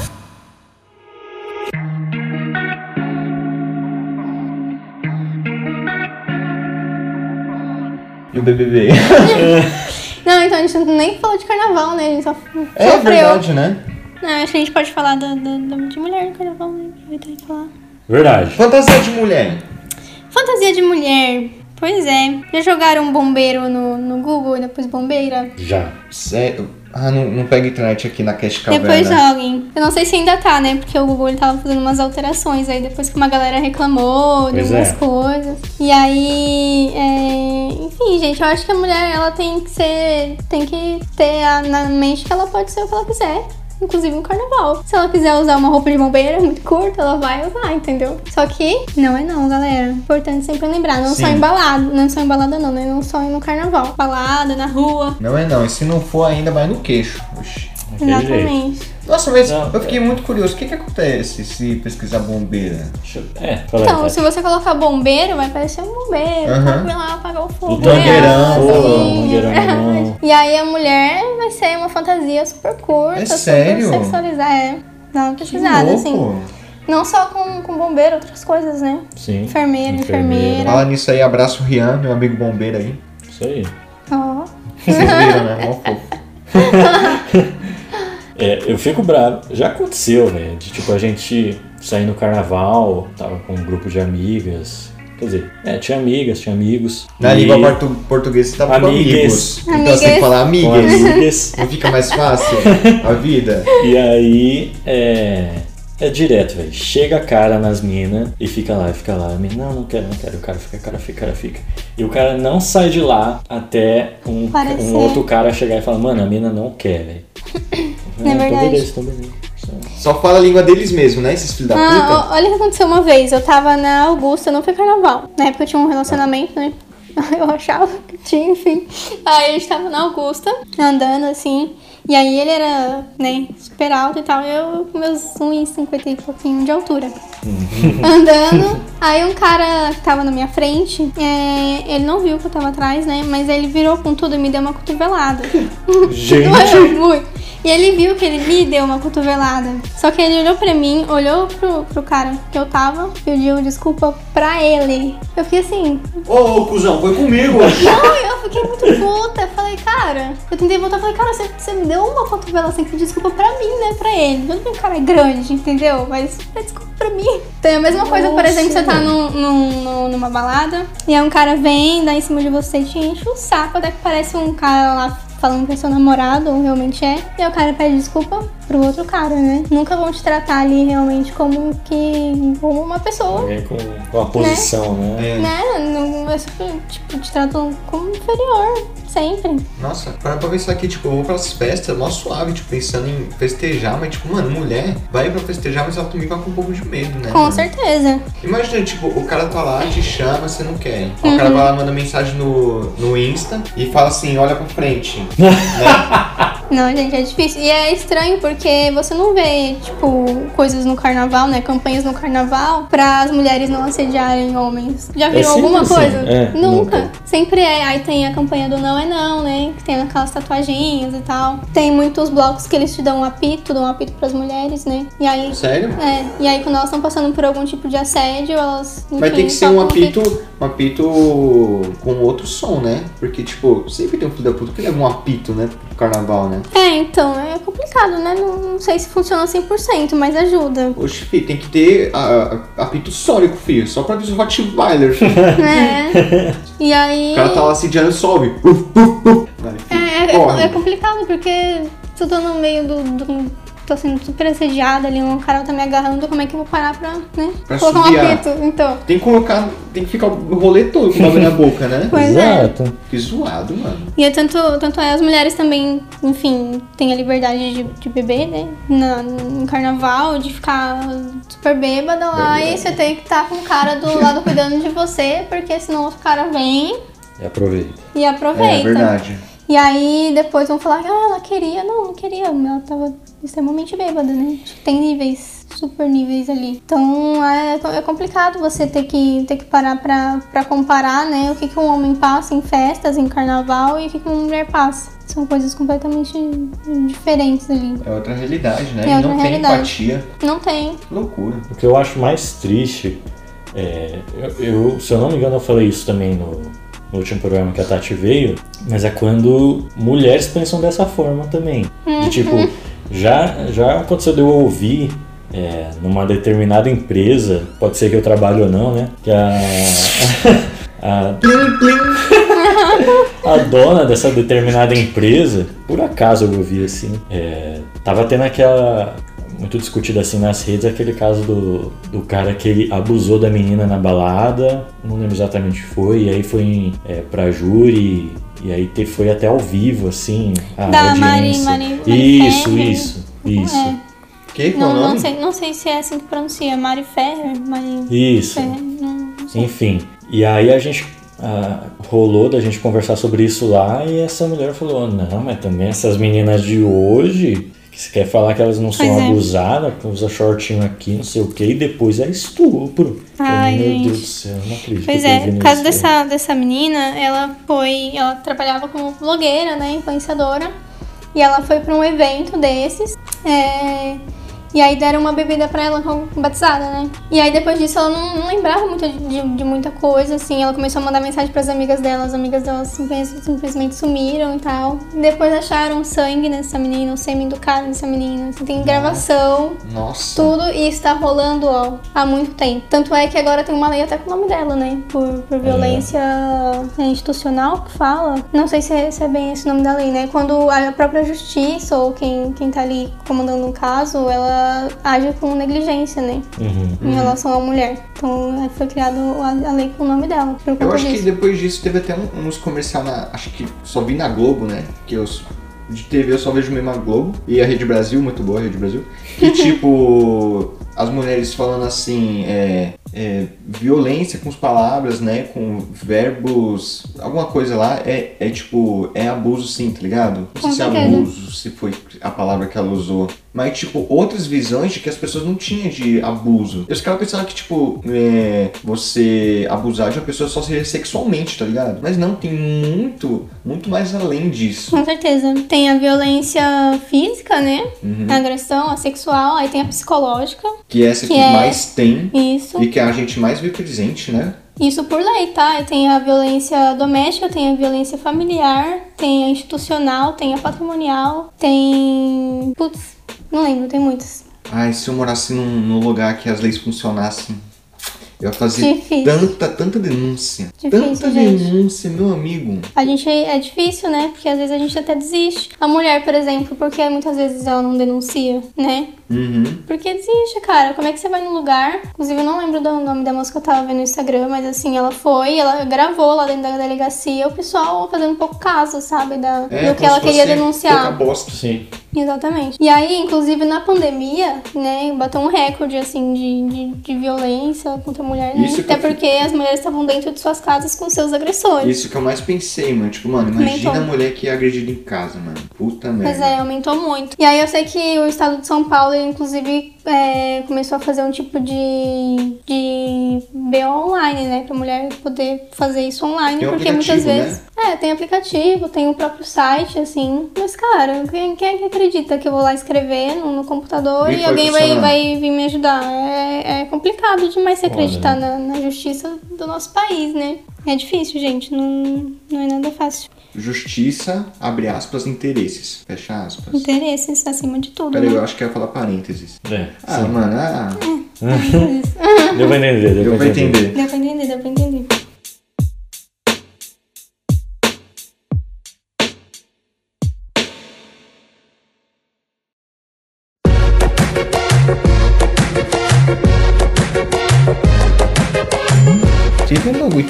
E o <laughs> BBB? <laughs> Não, então a gente nem falou de carnaval, né? A gente só é sofreu. verdade, né? Não, acho que a gente pode falar da, da- da- de mulher no carnaval, né? Aproveitar e falar. Verdade. Fantasia de mulher. Fantasia de mulher. Pois é. Já jogaram bombeiro no, no Google e depois bombeira? Já. Sério? Ah, não, não pega internet aqui na Cash Caverna. Depois joguem. Eu não sei se ainda tá, né? Porque o Google ele tava fazendo umas alterações aí depois que uma galera reclamou de Pois algumas é. coisas. E aí. é, Enfim, gente, eu acho que a mulher ela tem que ser. tem que ter a- na mente que ela pode ser o que ela quiser. Inclusive no carnaval. Se ela quiser usar uma roupa de bombeira muito curta, ela vai usar, entendeu? Só que não é não, galera. Importante sempre lembrar, não só Sim. em balada. Não só em balada não, né? Não só no carnaval. Balada, na rua. Não é não, e se não for ainda, vai no queixo. Oxi. Daquele jeito. Exatamente. Nossa, mas Não, eu fiquei muito curioso. O que que acontece se pesquisar bombeira? Deixa eu- É, fala aí, Então, Tati. se você colocar bombeiro, vai parecer um bombeiro. Aham. Um Tá, vai lá apagar o fogo. O tangueirão, Nossa, pô, sim. tangueirão na mão. <laughs> E aí a mulher vai ser uma fantasia super curta, É super sério? sexualizada. É. Dá uma Que pesquisada, assim. louco. Não só com, com bombeiro, outras coisas, né? Sim. Enfermeira, enfermeira. Fala nisso aí, abraço o Rian, meu amigo bombeiro aí. Isso aí. Ó. Vocês viram, né? Mó fofo. É, eu fico bravo. Já aconteceu, né? De tipo, a gente sair no carnaval, tava com um grupo de amigas. Quer dizer, é, tinha amigas, tinha amigos. Na e- língua portu- portuguesa você tá com Amigues. amigos. Então você tem que falar com amigas. amigas. <laughs> Não fica mais fácil a vida? E aí é. É direto, velho. Chega a cara nas minas e fica lá, e fica lá. A mina, não, não quero, não quero. O cara fica, o cara fica, o cara fica. E o cara não sai de lá até um, Parecer. um outro cara chegar e falar, mano, a mina não quer, velho. Não é Ah, verdade. Então beleza, então beleza. Só fala a língua deles mesmo, né? Esses filhos da Ah, puta. o- olha o que aconteceu uma vez. Eu tava na Augusta, não foi carnaval. Na época eu tinha um relacionamento, né? <laughs> Eu achava que tinha, enfim. Aí a gente tava na Augusta, andando assim. E aí ele era, né, super alto e tal. e Eu com meus 1,50 e pouquinho de altura. <laughs> andando. Aí um cara que tava na minha frente, é, ele não viu que eu tava atrás, né? Mas ele virou com tudo e me deu uma cotovelada. Doeu muito. E ele viu que ele me deu uma cotovelada. Só que ele olhou pra mim, olhou pro, pro cara que eu tava, pediu desculpa pra ele. Eu fiquei assim, Ô, ô, cuzão, foi comigo. não, eu fiquei muito puta. Eu Falei, cara, eu tentei voltar, eu falei, cara, você, você me deu uma cotovela assim, que desculpa pra mim, né? Pra ele. Tudo bem que o cara é grande, entendeu? Mas é desculpa pra mim. Então é a mesma coisa, por exemplo, você tá num, num- num- numa balada e aí um cara vem, dá em cima de você e te enche o saco, até que parece um cara lá. Falando que é seu namorado, ou realmente é. E aí o cara pede desculpa pro outro cara, né? Nunca vão te tratar ali realmente como que. como uma pessoa Alguém É com, com a posição, né? É, né? Não, eu sempre, tipo, te tratam como inferior, sempre. Nossa, para pra pensar que, tipo, eu vou pras festas, mó suave, tipo, pensando em festejar, mas, tipo, mano, mulher vai pra festejar, mas ela também vai com um pouco de medo, né? Com certeza. Imagina, tipo, o cara tá lá, te chama, você não quer. Aí O cara Uhum. vai lá, manda mensagem no, no Insta e fala assim, olha pra frente. né? Não, gente, é difícil. E é estranho porque você não vê, tipo, coisas no carnaval, né? Campanhas no carnaval pra as mulheres não assediarem homens. Já viram sempre alguma assim, coisa? é, nunca. nunca. Sempre é. Aí tem a campanha do não é não, né? Que tem aquelas tatuaginhas e tal. Tem muitos blocos que eles te dão um apito, dão um apito pras mulheres, né? E aí. Sério? É, e aí quando elas estão passando por algum tipo de assédio, elas. Vai ter enfim, que ser um tocam o apito, um apito com outro som, né? Porque, tipo, sempre tem um filho da puta que leva um apito, né? Pro carnaval, né? É, então, é complicado, né? Não, não sei se funciona 100%, mas ajuda. Oxe, filho, tem que ter a- a- apito sônico, filho. Só pra ver o Rottweiler. né? E aí. tá O cara tá lá assediando e sobe. É, é é, Porra. é complicado porque se eu tô no meio do. do- tô sendo super assediada ali, um cara tá me agarrando, como é que eu vou parar pra, né? Pra colocar um subir a- apito. Então. Tem que colocar, tem que ficar o rolê todo com o bagulho na boca, né? Pois é. Exato. Que zoado, mano. E é tanto, tanto é, as mulheres também, enfim, têm a liberdade de, de beber, né? Na, no carnaval, de ficar super bêbada lá e você tem que estar com o cara do lado cuidando de você, porque senão outro cara vem E É, aproveita. e aproveita. É verdade. E aí depois vão falar, ah, ela queria. Não, não queria. Ela tava extremamente bêbada, né? Acho que tem níveis, super níveis ali. Então é, é complicado você ter que, ter que parar pra, pra comparar, né? O que, que um homem passa em festas, em carnaval e o que, que uma mulher passa. São coisas completamente diferentes ali. É outra realidade, né? É E outra Não tem realidade. empatia. Não tem. Loucura. O que eu acho mais triste é. Eu, eu- se eu não me engano, eu falei isso também no, no último programa que a Tati veio, mas é quando mulheres pensam dessa forma também. De tipo, já, já aconteceu de eu ouvir. é, numa determinada empresa, pode ser que eu trabalhe ou não, né? Que a, a, Plim, plim. a dona dessa determinada empresa, por acaso eu ouvi assim, é, tava tendo aquela. Muito discutido assim nas redes, aquele caso do, do cara que ele abusou da menina na balada, não lembro exatamente o que foi, e aí foi em, é, pra júri, e aí te, foi até ao vivo, assim. A Da audiência. Mari- Mari- Mari isso, Ferrer. isso, isso, É. Que? Qual Não, o não, nome? sei, não sei se é assim que pronuncia. Mari Ferrer, Mari isso. Ferrer. Não, Enfim, e aí a gente ah, rolou da gente conversar sobre isso lá e essa mulher falou: "Ah, não, mas também essas meninas de hoje, que se quer falar que elas não são Pois é. abusadas, que usa shortinho aqui, não sei o que, e depois é estupro. Ai, Eu, meu gente. Deus do céu, eu não acredito. Pois que eu tô é, ouvindo por causa isso. dessa, dessa menina, ela foi. Ela trabalhava como blogueira, né? Influenciadora. E ela foi pra um evento desses. é, e aí deram uma bebida pra ela como batizada, né? E aí depois disso ela não, não lembrava muito de, de- de muita coisa, assim. Ela começou a mandar mensagem pras amigas dela, as amigas dela simplesmente, simplesmente sumiram e tal. E depois acharam sangue nessa menina, o sêmen do cara nessa menina. Assim, tem gravação. Nossa. Tudo e está rolando ó, há muito tempo. Tanto é que agora tem uma lei até com o nome dela, né? Por, É. por violência né, institucional que fala. Não sei se é, se é bem esse o nome da lei, né? Quando a própria justiça ou quem, quem tá ali comandando o caso, ela age com negligência, né? Uhum. Em relação à mulher. Então é, foi criada a, a lei com o nome dela. Por Eu conta acho que disso. depois disso teve até um- uns comercial na. Acho que só vi na Globo, né? Que eu. De TV eu só vejo mesmo a Globo. E a Rede Brasil, muito boa a Rede Brasil. <laughs> Que tipo. As mulheres falando assim. É, é, violência com as palavras, né? Com verbos. Alguma coisa lá. É, é tipo. É abuso sim, tá ligado? Não sei Com se é certeza. abuso, se foi a palavra que ela usou. Mas, tipo, outras visões de que as pessoas não tinham de abuso. E os caras pensavam que, tipo, é, você abusar de uma pessoa só seria sexualmente, tá ligado? Mas não, tem muito, muito mais além disso. Com certeza. Tem a violência física, né? Uhum. A agressão, a sexual, aí tem a psicológica. Que é essa que, Que é- mais tem Isso. e que a gente mais vê presente, né? Isso por lei, tá? Tem a violência doméstica, tem a violência familiar, tem a institucional, tem a patrimonial, tem. Putz, não lembro, tem muitas. Ai, se eu morasse num, num lugar que as leis funcionassem, eu ia fazer Difícil. tanta, tanta denúncia. Difícil, tanta gente. denúncia, meu amigo. A gente é difícil, né? Porque às vezes a gente até desiste. A mulher, por exemplo, porque muitas vezes ela não denuncia, né? Uhum. Porque desiste, cara. Como é que você vai num lugar? Inclusive, eu não lembro do nome da moça que eu tava vendo no Instagram, mas assim, ela foi, ela gravou lá dentro da delegacia, o pessoal fazendo pouco caso, sabe? Da, É, do que como ela se queria fosse pouca denunciar. bosta. Sim. Exatamente. E aí, inclusive, na pandemia, né, bateu um recorde, assim, de, de, de violência contra a mulher, né? Isso que Até eu fi- porque as mulheres estavam dentro de suas casas com seus agressores. Isso que eu mais pensei, mano. Tipo, mano, imagina Mentor. a mulher que é agredida em casa, mano. Puta Mas merda. é, aumentou muito. E aí eu sei que o estado de São Paulo, ele, inclusive, é, começou a fazer um tipo de, de BO online, né? Pra mulher poder fazer isso online, Tem um porque muitas aplicativo, vezes. É, tem aplicativo, tem o próprio site, assim. Mas, cara, quem, quem é que acredita que eu vou lá escrever no, no computador E e, foi alguém vai, funcionar? vai vir me ajudar? É, é complicado demais se Olha. acreditar né? na, na justiça do nosso país, né? É difícil, gente. Não, não é nada fácil. Justiça, abre aspas, interesses. Fecha aspas. Interesses acima de tudo. Peraí, né? eu acho que eu ia falar parênteses. É, Ah, mano, ah, Deu pra entender, deu, eu vou pra entender. entender. Deu pra entender, deu pra entender.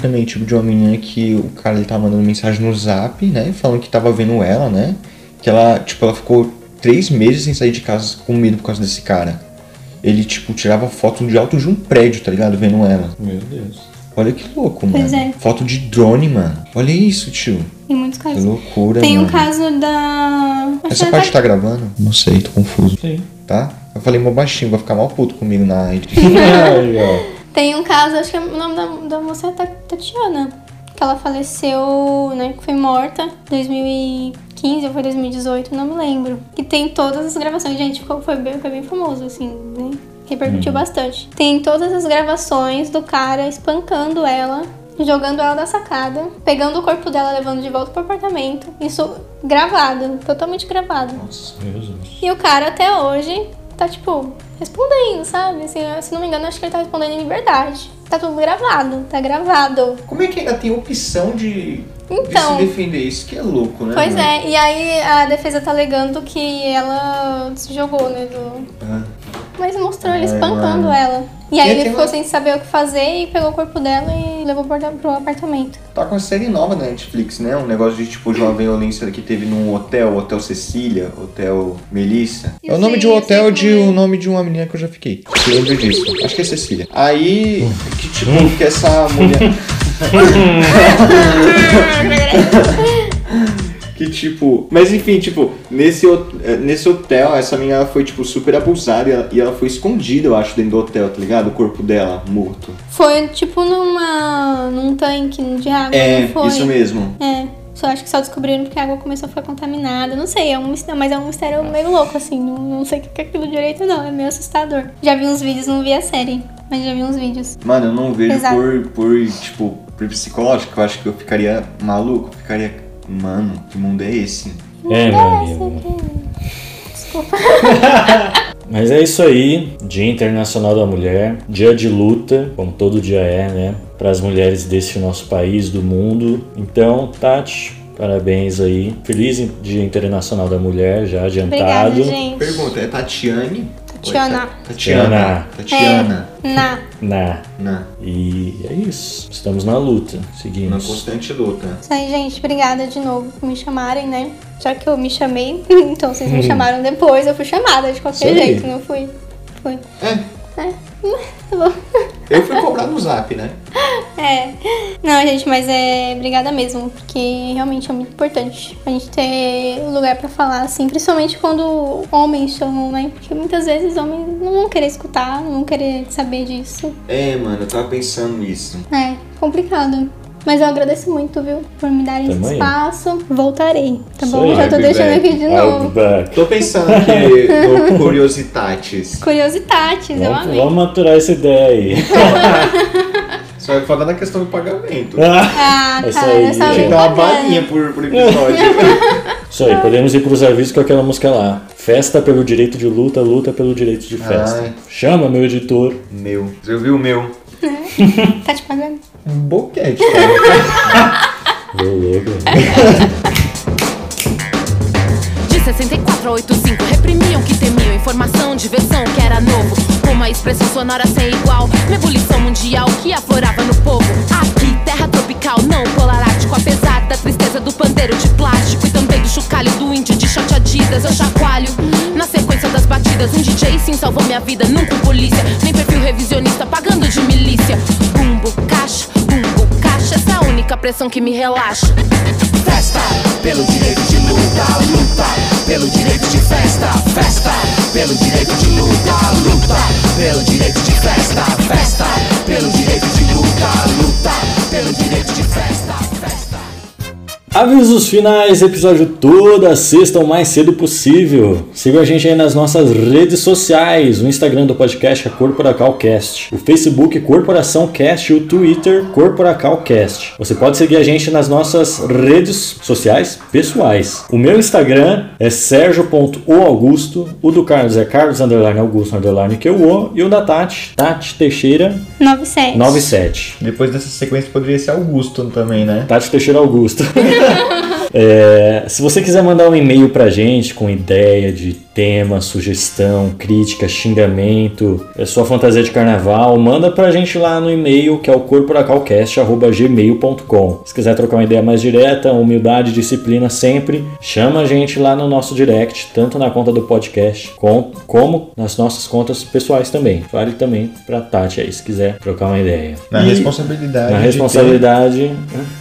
também, tipo, de uma menina que o cara ele tava mandando mensagem no zap, né? Falando que tava vendo ela, né? Que ela, tipo, ela ficou três meses sem sair de casa com medo por causa desse cara. Ele, tipo, tirava foto de alto de um prédio, tá ligado? Vendo ela. Meu Deus. Olha que louco, mano. Pois é. Foto de drone, mano. Olha isso, tio. Tem muitos Que casos. loucura, Tem um mano. caso da. acho Essa que parte tá gravando? Não sei, tô confuso. Sim. <laughs> Tá? Eu falei mó baixinho, vai ficar mal puto comigo na Aí, ó. Tem um caso, acho que é o nome da, da moça é Ta- Tatiana, que ela faleceu, né, que foi morta em 2015 ou foi 2018, não me lembro. Que tem todas as gravações, gente, ficou- foi bem, foi bem famoso, assim, né? Repercutiu Uhum. bastante. Tem todas as gravações do cara espancando ela, jogando ela da sacada, pegando o corpo dela, levando de volta pro apartamento. Isso gravado, totalmente gravado. Nossa. Meu Deus. E o cara até hoje tá, tipo, respondendo, sabe? Assim, se não me engano, acho que ele tá respondendo em liberdade. Tá tudo gravado, tá gravado. Como é que ainda tem opção de, Então. de se defender? Isso que é louco, né? Pois mano? é, e aí a defesa tá alegando que ela se jogou, né? Do... Ah. Mas mostrou ele Ai, espancando É, mano. ela. E aí E é ele tem ficou uma- sem saber o que fazer e pegou o corpo dela e levou pro pro apartamento. Tá com a série nova na Netflix, né? Um negócio de tipo de uma violência que teve num hotel, Hotel Cecília, Hotel Melissa. Eu É o nome sei, de um eu sei hotel de- como é. o nome de uma menina que eu já fiquei. Eu lembro disso. Acho que é Cecília. Aí, que tipo, que essa mulher. Que tipo. Mas enfim, tipo, nesse, ho- eh, nesse hotel, essa menina ela foi, tipo, super abusada e ela, e ela foi escondida, eu acho, dentro do hotel, tá ligado? O corpo dela, morto. Foi tipo numa. num tanque de água, É, não foi? isso mesmo. É, só acho que só descobriram porque a água começou a ficar contaminada. Não sei, é um mistério, mas é um mistério meio louco, assim. Não, não sei o que é aquilo direito, não. É meio assustador. Já vi uns vídeos, não vi a série, mas já vi uns vídeos. Mano, eu não vejo Exato. por, por, tipo, por psicológico, eu acho que eu ficaria maluco, eu ficaria. Mano, que mundo é esse? É, meu É, sei amigo. que- é. Desculpa. Mas é isso aí. Dia Internacional da Mulher. Dia de luta, como todo dia é, né? Para as mulheres desse nosso país, do mundo. Então, Tati, parabéns aí. Feliz Dia Internacional da Mulher, já adiantado. Obrigada, gente. Pergunta, é Tatiane? Tatiana. Oi, Ta- Tatiana. Tatiana. Na. Na. Na, Né, E é isso. Estamos na luta. na Seguimos. constante luta. Isso aí, gente. Obrigada de novo por me chamarem, né? Já que eu me chamei, <laughs> então vocês me chamaram depois. Eu fui chamada de qualquer Hum. Isso aí. jeito, não fui. Fui. É, É, tá bom. eu fui cobrar no zap, né? É. Não, gente, mas é obrigada mesmo, porque realmente é muito importante a gente ter lugar pra falar, assim, principalmente quando homens chamam, né? Porque muitas vezes homens não vão querer escutar, não vão querer saber disso. É, mano, eu tava pensando nisso. É complicado. Mas eu agradeço muito, viu, por me darem Tamo esse aí. espaço. Voltarei, tá Isso bom? aí, É Já I'll tô be deixando back. aqui de I'll novo. be back. Tô pensando aqui <laughs> no Curiositates. Curiositates, eu Vamos, amei. vamos maturar essa ideia <laughs> aí. Só é foda na questão do pagamento. Ah, É isso cara, aí, eu só Tinha que vim gente. dar uma pagando. balinha por, por episódio. Isso aí, podemos ir pros avisos com aquela música lá. Festa pelo direito de luta, luta pelo direito de festa. Ai. Chama meu editor. meu. Você viu o meu? Tá te pagando? Um boquete, cara. Meu louco. De 64 a 85 reprimiam o que temiam Informação, diversão, que era novo Uma expressão sonora sem igual Uma ebulição mundial que aflorava no povo Aqui, terra tropical, não polar ártico Apesar da tristeza do pandeiro de plástico E também do chocalho do índio de short adidas Eu chacoalho na sequência das batidas Um DJ sim salvou minha vida, nunca um polícia Nem perfil revisionista pagando de milícia Bumbo, caixa, bumbo, caixa Essa é a única pressão que me relaxa Festa pelo direito de luta, luta pelo direito de festa. Festa pelo direito de luta, luta pelo direito de festa. Festa pelo direito de luta, luta pelo direito de festa. Festa. Avisos finais, episódio todo, assistam o mais cedo possível. Sigam a gente aí nas nossas redes sociais, o Instagram do podcast é CorporacalCast, o Facebook Corporação Cast e o Twitter CorporacalCast. Você pode seguir a gente nas nossas redes sociais pessoais. O meu Instagram é sergio.oaugusto, o do Carlos é carlos underline augusto underline que eu o e o da Tati, Tati Teixeira 97. 97. Depois dessa sequência poderia ser Augusto também, né? Tati Teixeira Augusto. <laughs> É, se você quiser mandar um e-mail pra gente com ideia de tema, sugestão, crítica, xingamento, é sua fantasia de carnaval, manda pra gente lá no e-mail que é o corporacalcast.gmail.com. Se quiser trocar uma ideia mais direta, humildade, disciplina sempre, chama a gente lá no nosso direct, tanto na conta do podcast com- como nas nossas contas pessoais também. Vale também pra Tati aí, se quiser trocar uma ideia. Na E- responsabilidade. na de ter- responsabilidade,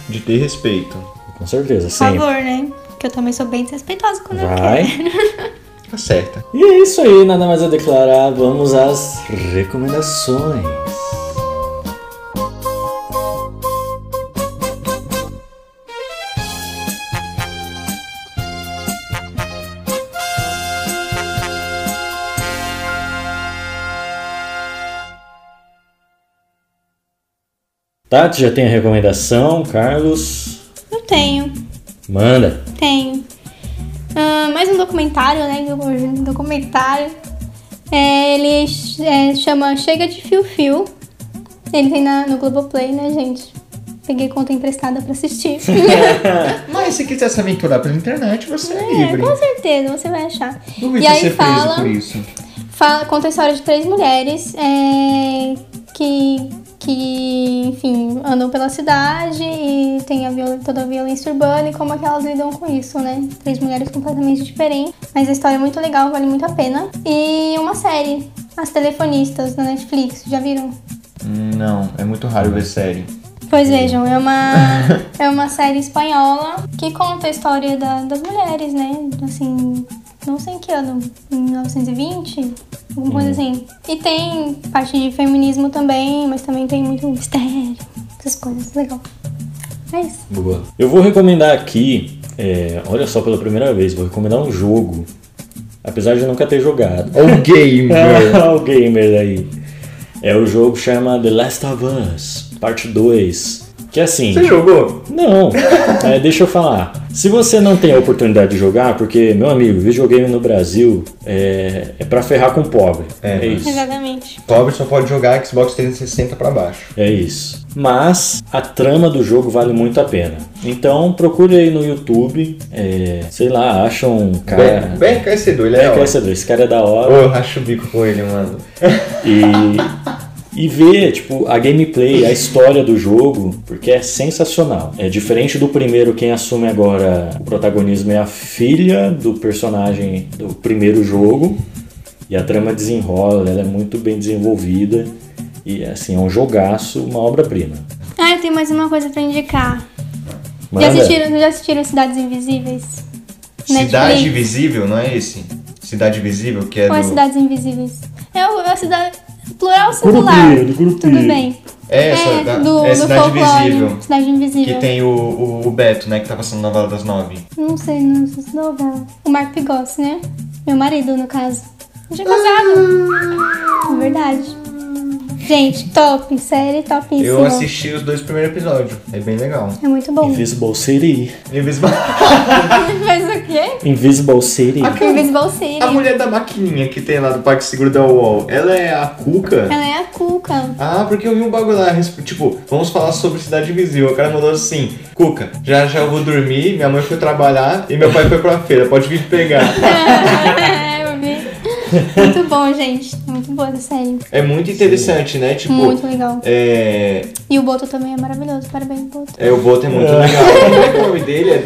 De ter respeito. com certeza, Por sempre. favor, né? Porque eu também sou bem desrespeitosa quando eu quero. Vai. Tá certa. E é isso aí, nada mais a declarar. Vamos às recomendações. Tati já tem a recomendação, Carlos. Eu tenho, Manda. tenho. Ah, mais um documentário, né? Um documentário. É, ele ch- é, chama Chega de Fio Fio. Ele tem na, no Globoplay, né, gente? Peguei conta emprestada pra assistir. Mas se quiser se aventurar pela internet, você é, é, livre. com certeza, você vai achar. Duvido e aí ser preso fala. por isso. Fala- conta a história de três mulheres é, que, que, enfim, andam pela cidade e tem a viol- toda a violência urbana e como é que elas lidam com isso, né? Três mulheres completamente diferentes, mas a história é muito legal, vale muito a pena. E uma série, As Telefonistas, na Netflix, já viram? Não, é muito raro ver série. Pois vejam, <laughs> é uma, é uma série espanhola que conta a história da- das mulheres, né? Assim, não sei em que ano, em 1920, alguma Hum. coisa assim. E tem parte de feminismo também, mas também tem muito mistério, essas coisas, legal. É isso. Boa. Eu vou recomendar aqui, é, olha só, pela primeira vez, vou recomendar um jogo. Apesar de eu nunca ter jogado. <laughs> Ou gamer. o gamer daí. É o jogo chama The Last of Us, parte 2. Que é assim. Você jogou? Não, É, deixa eu falar. Se você não tem a oportunidade de jogar, porque, meu amigo, videogame no Brasil é, é pra ferrar com o pobre. É, é isso. Exatamente. Pobre só pode jogar Xbox 360 pra baixo. É isso. Mas a trama do jogo vale muito a pena. Então procure aí no YouTube, é, sei lá, acha um cara. Bem, bem aquecedor, ele é Beck ótimo. Caçador, esse cara é da Ô, hora. eu racho o bico com ele, mano. E, e ver, tipo, a gameplay, a história do jogo, porque é sensacional. É diferente do primeiro, quem assume agora o protagonismo é a filha do personagem do primeiro jogo. E a trama desenrola, ela é muito bem desenvolvida. E assim, é um jogaço, uma obra-prima. Ah, eu tenho mais uma coisa pra indicar. Manda. Já assistiram, já assistiram Cidades Invisíveis? Cidade Invisível, não é esse? Cidade Invisível, que é Ou do... é Cidades Invisíveis? É o- é a cidade. Plural singular. Curupira, do Curupira. Tudo bem. É, essa, da- do, é do Cidade folclore, Invisível. Cidade Que Invisível. tem o, o, o Beto, né, que tá passando na Vala das Nove. Não sei, não sei se novela. O Marco Pigossi, né? Meu marido, no caso. Já é Ah! casado. É verdade. Gente, top. Série topíssima. Eu assisti os dois primeiros episódios, é bem legal. É muito bom. Invisible City. Invisível... <laughs> Mas o quê? Invisible City. Invisible City. A mulher da maquininha que tem lá do Parque Seguro da UOL, ela é a Cuca? Ela é a <laughs> Cuca. Ah, porque eu vi um bagulho lá, resp- tipo, vamos falar sobre Cidade Invisível. O cara mandou assim, Cuca, já já eu vou dormir, minha mãe foi trabalhar e meu pai foi pra feira, pode vir <laughs> pegar. É, eu vi. Muito bom, gente. Muito boa essa série. É muito interessante, né? Tipo, Muito legal. é... E o Boto também é maravilhoso. Parabéns, Boto. É, o Boto é muito <laughs> legal. Como é que o nome dele é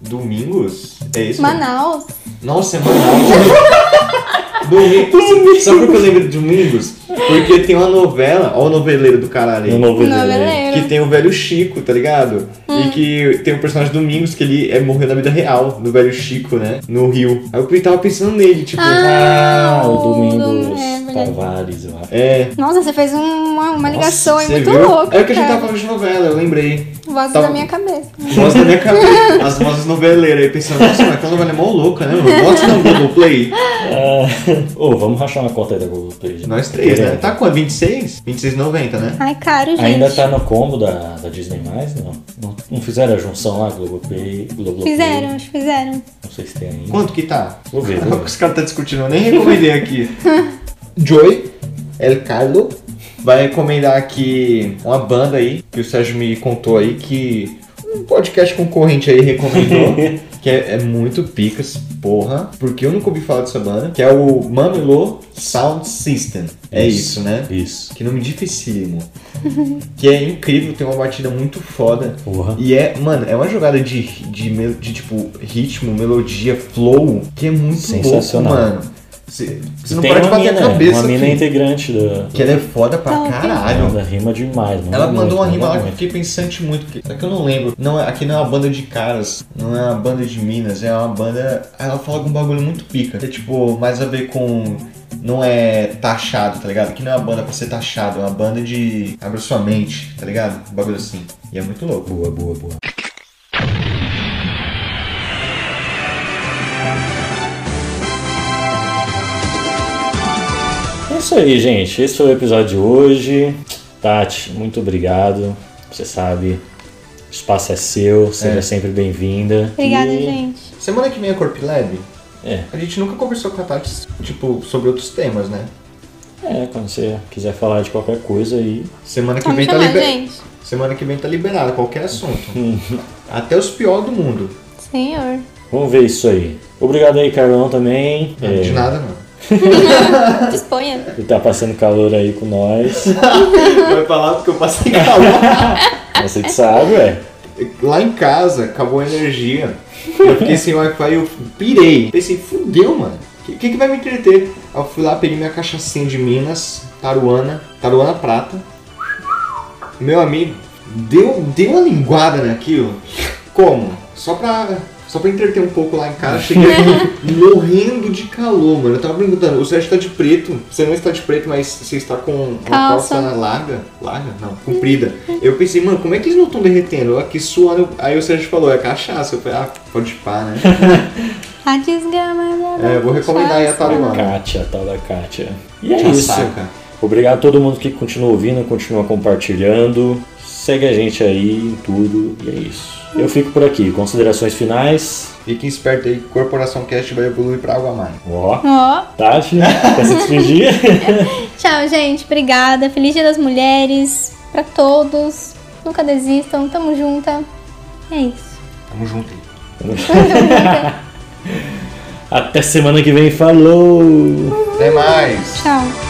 Domingos? É isso? Manaus. Nossa, é Manaus. <laughs> Domingos. Sabe por que eu lembro de Domingos? Porque tem uma novela, ó o noveleiro do caralho aí, No novo Zelândia. é, Que Noveleiro. tem o velho Chico, tá ligado? Hum. E que tem o personagem Domingos que ele é, morreu na vida real, do velho Chico, né? No Rio. Aí eu tava pensando nele, tipo. Ah, o Dom- Domingos é verdade. Tavares, eu acho. É. Nossa, você fez um- uma, uma ligação aí Nossa, muito você viu? louca. É o que a gente tava cara. falando de novela, eu lembrei. Vozes tava- da minha cabeça. Voz da minha cabeça, as vozes noveleiras aí pensando, nossa, mas aquela novela é mó louca, né? mano? Bota no Globoplay. É. Ô, vamos rachar uma conta aí da Google Play. gente. Nós três, né? Querendo. Tá com a 26? 26,90, né? Ai, caro, gente. Ainda tá no combo da, da Disney+, não? não? Não fizeram a junção lá, Globoplay, Globoplay? Fizeram, acho que fizeram. Não sei se tem ainda. Quanto que tá? Vou ver, vou ver. <laughs> Os caras tá discutindo, eu nem recomendei <laughs> aqui. Joy, El Carlo, vai recomendar aqui uma banda aí, que o Sérgio me contou aí, que um podcast concorrente aí <laughs> recomendou, que é, é muito picas, porra, porque eu nunca ouvi falar dessa banda, que é o Mamelô Sound System. É isso, né? Isso. Que nome dificílimo. <laughs> que é incrível, tem uma batida muito foda. Porra. E é, mano, é uma jogada de, de, mel- de, tipo ritmo, melodia, flow, que é muito Sensacional. louco, mano. Você você não Tem pode uma bater mina, a cabeça. Uma mina filho. integrante da. Que ela é foda pra Tá, caralho. Ela rima demais, mano. Ela mandou uma muito, rima lá que eu muito. fiquei pensante muito, que- só que eu não lembro. Não, é- aqui não é uma banda de caras, não é uma banda de minas, é uma banda. Ela fala algum bagulho muito pica. É tipo, mais a ver com. Não é taxado, tá ligado? Aqui não é uma banda pra ser taxado, é uma banda de. Abre sua mente, tá ligado? Um bagulho assim. E é muito louco. Boa, boa, boa. É isso aí, gente. Esse foi o episódio de hoje. Tati, muito obrigado. Você sabe, o espaço é seu, seja sempre bem-vinda. Obrigada, E- gente. Semana que vem é Corp Lab. É. A gente nunca conversou com a Tati, tipo, sobre outros temas, né? É, quando você quiser falar de qualquer coisa aí. Semana que Tá me vem tá chamando, liberado. gente. Semana que vem tá liberado, qualquer <laughs> assunto. Até os piores do mundo. Senhor. Vamos ver isso aí. Obrigado aí, Carlão, também. É, De nada, não. Disponha. Ele tá passando calor aí com nós. Vai falar porque eu passei calor. Você que sabe, é. ué. Lá em casa, acabou a energia. Eu fiquei sem Wi-Fi e eu pirei. Pensei, fudeu, mano. O que, que que vai me entreter? Aí eu fui lá, peguei minha cachaçinha de Minas, Taruana, Taruana Prata. Meu amigo, deu, deu uma linguada naquilo. Como? Só pra, só pra entreter um pouco lá em casa. Cheguei aqui morrendo de calor, mano. Eu tava perguntando, o Sérgio tá de preto. Você não está de preto, mas você está com uma Calça. calça larga. Larga? Não, comprida. Eu pensei, mano, como é que eles não estão derretendo? Eu aqui suando. Aí o Sérgio falou, é cachaça. Eu falei, ah, pode pá, né? A desgrama da É, vou recomendar aí a cachaça. Tarimana. Kátia, a tal da Kátia. E é Tia isso. Saca. Obrigado a todo mundo que continua ouvindo, continua compartilhando. Segue a gente aí em tudo. E é isso. Eu fico por aqui. Considerações finais. Fiquem espertos aí, Corporação Cast vai evoluir pra água mais. Ó, Ó. Tati, quer se despedir? Tchau, gente. Obrigada. Feliz Dia das Mulheres pra todos. Nunca desistam. Tamo junta. É isso. Tamo junto aí. Até semana que vem. Falou! Até mais! Tchau.